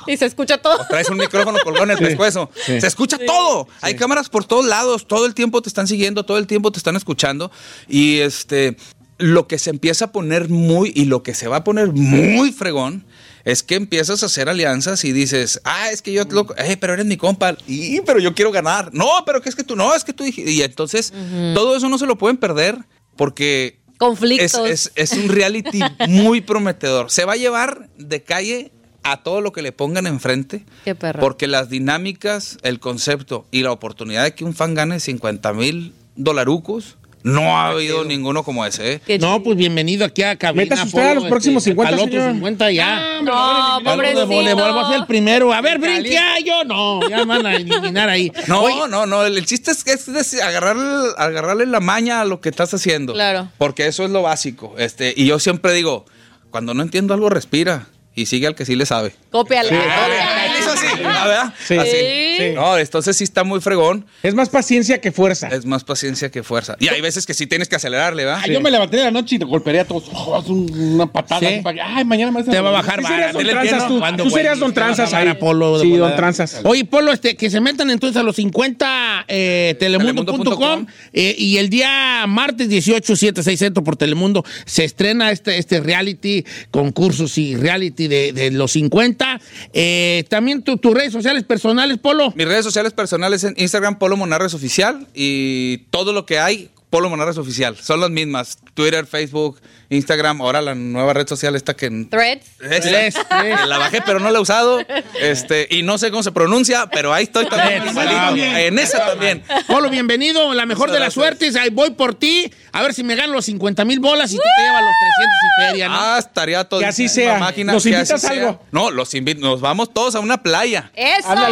Speaker 3: Y se escucha todo.
Speaker 10: Traes un micrófono colgado en el
Speaker 3: Sí,
Speaker 10: pescuezo.
Speaker 3: sí.
Speaker 10: Se escucha todo. Hay cámaras por todos lados. Todo el tiempo te están siguiendo, todo el tiempo te están escuchando. Y este, lo que se empieza a poner muy, y lo que se va a poner muy fregón, es que empiezas a hacer alianzas y dices, ah, es que yo, loco, eh, pero eres mi compa. Y, pero yo quiero ganar. No, pero que es que tú, no, es que tú dijiste. Y entonces, todo eso no se lo pueden perder porque es,
Speaker 6: Conflictos.
Speaker 10: es- es un reality muy prometedor. Se va a llevar de calle a todo lo que le pongan enfrente.
Speaker 6: Qué perro.
Speaker 10: Porque las dinámicas, el concepto y la oportunidad de que un fan gane 50 mil dolarucos, no ha habido ninguno como ese. ¿eh?
Speaker 2: No, pues bienvenido aquí a cabina. este,
Speaker 10: Métase usted a los próximos 50,
Speaker 2: Al otro
Speaker 10: señor.
Speaker 2: 50
Speaker 11: Ah,
Speaker 2: ya.
Speaker 3: No,
Speaker 2: Algo de voleibol, voy a ser el primero. A ver, brinque, ah, yo no. Ya me van a eliminar ahí.
Speaker 10: No, no, no. El, el chiste es, que es des- agarrar, agarrarle la maña a lo que estás haciendo.
Speaker 3: Claro.
Speaker 10: Porque eso es lo básico. Este, y yo siempre digo, cuando no entiendo algo, respira y sigue al que sí le sabe.
Speaker 3: Cópiala.
Speaker 10: Sí.
Speaker 12: Ah,
Speaker 3: Cópiala.
Speaker 10: Eso sí, la verdad. Así.
Speaker 3: Sí.
Speaker 10: No, entonces sí está muy fregón.
Speaker 4: Es más paciencia que fuerza.
Speaker 10: Es más paciencia que fuerza. Y hay veces que sí tienes que acelerarle, ¿va?
Speaker 12: Yo me levanté de la noche y te golpearía a todos. Oh, haz un- una patada.
Speaker 10: Sí.
Speaker 12: así para que, Ay, mañana me vas
Speaker 2: Te va a bajar
Speaker 12: Sí, serías
Speaker 2: vara,
Speaker 12: don
Speaker 2: dele
Speaker 12: Tranzas,
Speaker 2: tiempo.
Speaker 12: tú.
Speaker 2: Cuando
Speaker 12: Tú serías
Speaker 2: güey,
Speaker 12: don
Speaker 2: te va a
Speaker 12: Tranzas
Speaker 2: bajar
Speaker 12: ahí.
Speaker 2: a Polo de
Speaker 12: Sí, don
Speaker 2: volada.
Speaker 12: Tranzas.
Speaker 2: Oye, Polo, este, que se metan entonces a los 50 eh, telemundo.com eh, y el día martes 18, 7, 6 centro por Telemundo se estrena este, este reality, concursos y reality de, de los 50. Eh, también tu- tus redes sociales personales, Polo.
Speaker 10: Mis redes sociales personales en Instagram, Polo Monarres Oficial. Y todo lo que hay, Polo Monarres Oficial. Son las mismas. Twitter, Facebook, Instagram. Ahora la nueva red social esta que...
Speaker 3: Threads.
Speaker 10: Esa,
Speaker 3: Threads,
Speaker 10: que La bajé, pero no la he usado. Este, y no sé cómo se pronuncia, pero ahí estoy también.
Speaker 2: Threads,
Speaker 10: igualito.
Speaker 2: está bien.
Speaker 10: en esa también.
Speaker 2: Polo, bienvenido, la mejor de las suertes. Ahí voy por ti. A ver si me gano los 50 mil bolas y tú te llevas los 300 y feria, ¿no?
Speaker 10: Ah, estaría todo.
Speaker 2: Que así sea.
Speaker 10: Máquina,
Speaker 2: ¿Nos
Speaker 10: que
Speaker 2: invitas
Speaker 10: así sea.
Speaker 2: algo?
Speaker 10: No, los invito. Nos vamos todos a una playa.
Speaker 3: Eso.
Speaker 10: Vamos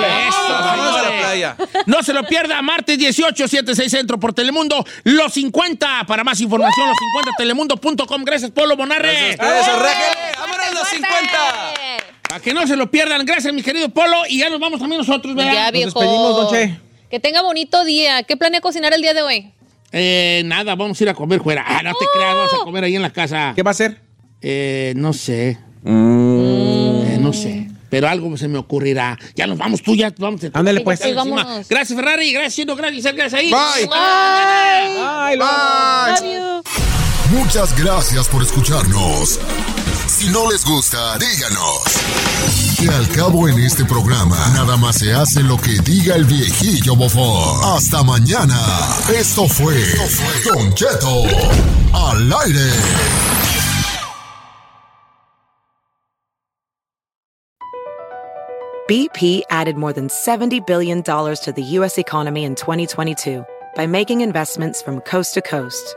Speaker 10: a la playa.
Speaker 2: No se lo pierda, martes 18, 76 Centro por Telemundo, los 50. Para más información, los 50 telemundo.com. Gracias, Polo Monarre.
Speaker 10: eh, ¡Vámonos los 50!
Speaker 2: Para que no se lo pierdan. Gracias, mi querido Polo. Y ya nos vamos también nosotros, ¿verdad?
Speaker 3: Ya, viejo. Que tenga bonito día. ¿Qué planea cocinar el día de hoy?
Speaker 2: Eh, nada, vamos a ir a comer fuera. Ah, no te creas, vamos a comer ahí en la casa. ¿Qué
Speaker 4: va a hacer?
Speaker 2: Eh, no sé.
Speaker 13: Mm.
Speaker 2: Eh, no sé. Pero algo se me ocurrirá. Ya nos vamos tú, ya vamos.
Speaker 4: Ándale, pues.
Speaker 2: Ya nos
Speaker 4: Sí,
Speaker 2: encima.
Speaker 4: vámonos.
Speaker 2: Gracias, Ferrari. Gracias, Chino. Gracias, Isabel, Gracias, ahí.
Speaker 4: Bye.
Speaker 2: Bye.
Speaker 4: Lolo.
Speaker 2: Bye.
Speaker 13: Muchas gracias por escucharnos. Si no les gusta, díganos. Que al cabo en este programa, nada más se hace lo que diga el viejillo bofón. Hasta mañana. Esto fue, Don Cheto al aire.
Speaker 1: BP added more than $70 billion to the U.S. economy in 2022 by making investments from coast to coast.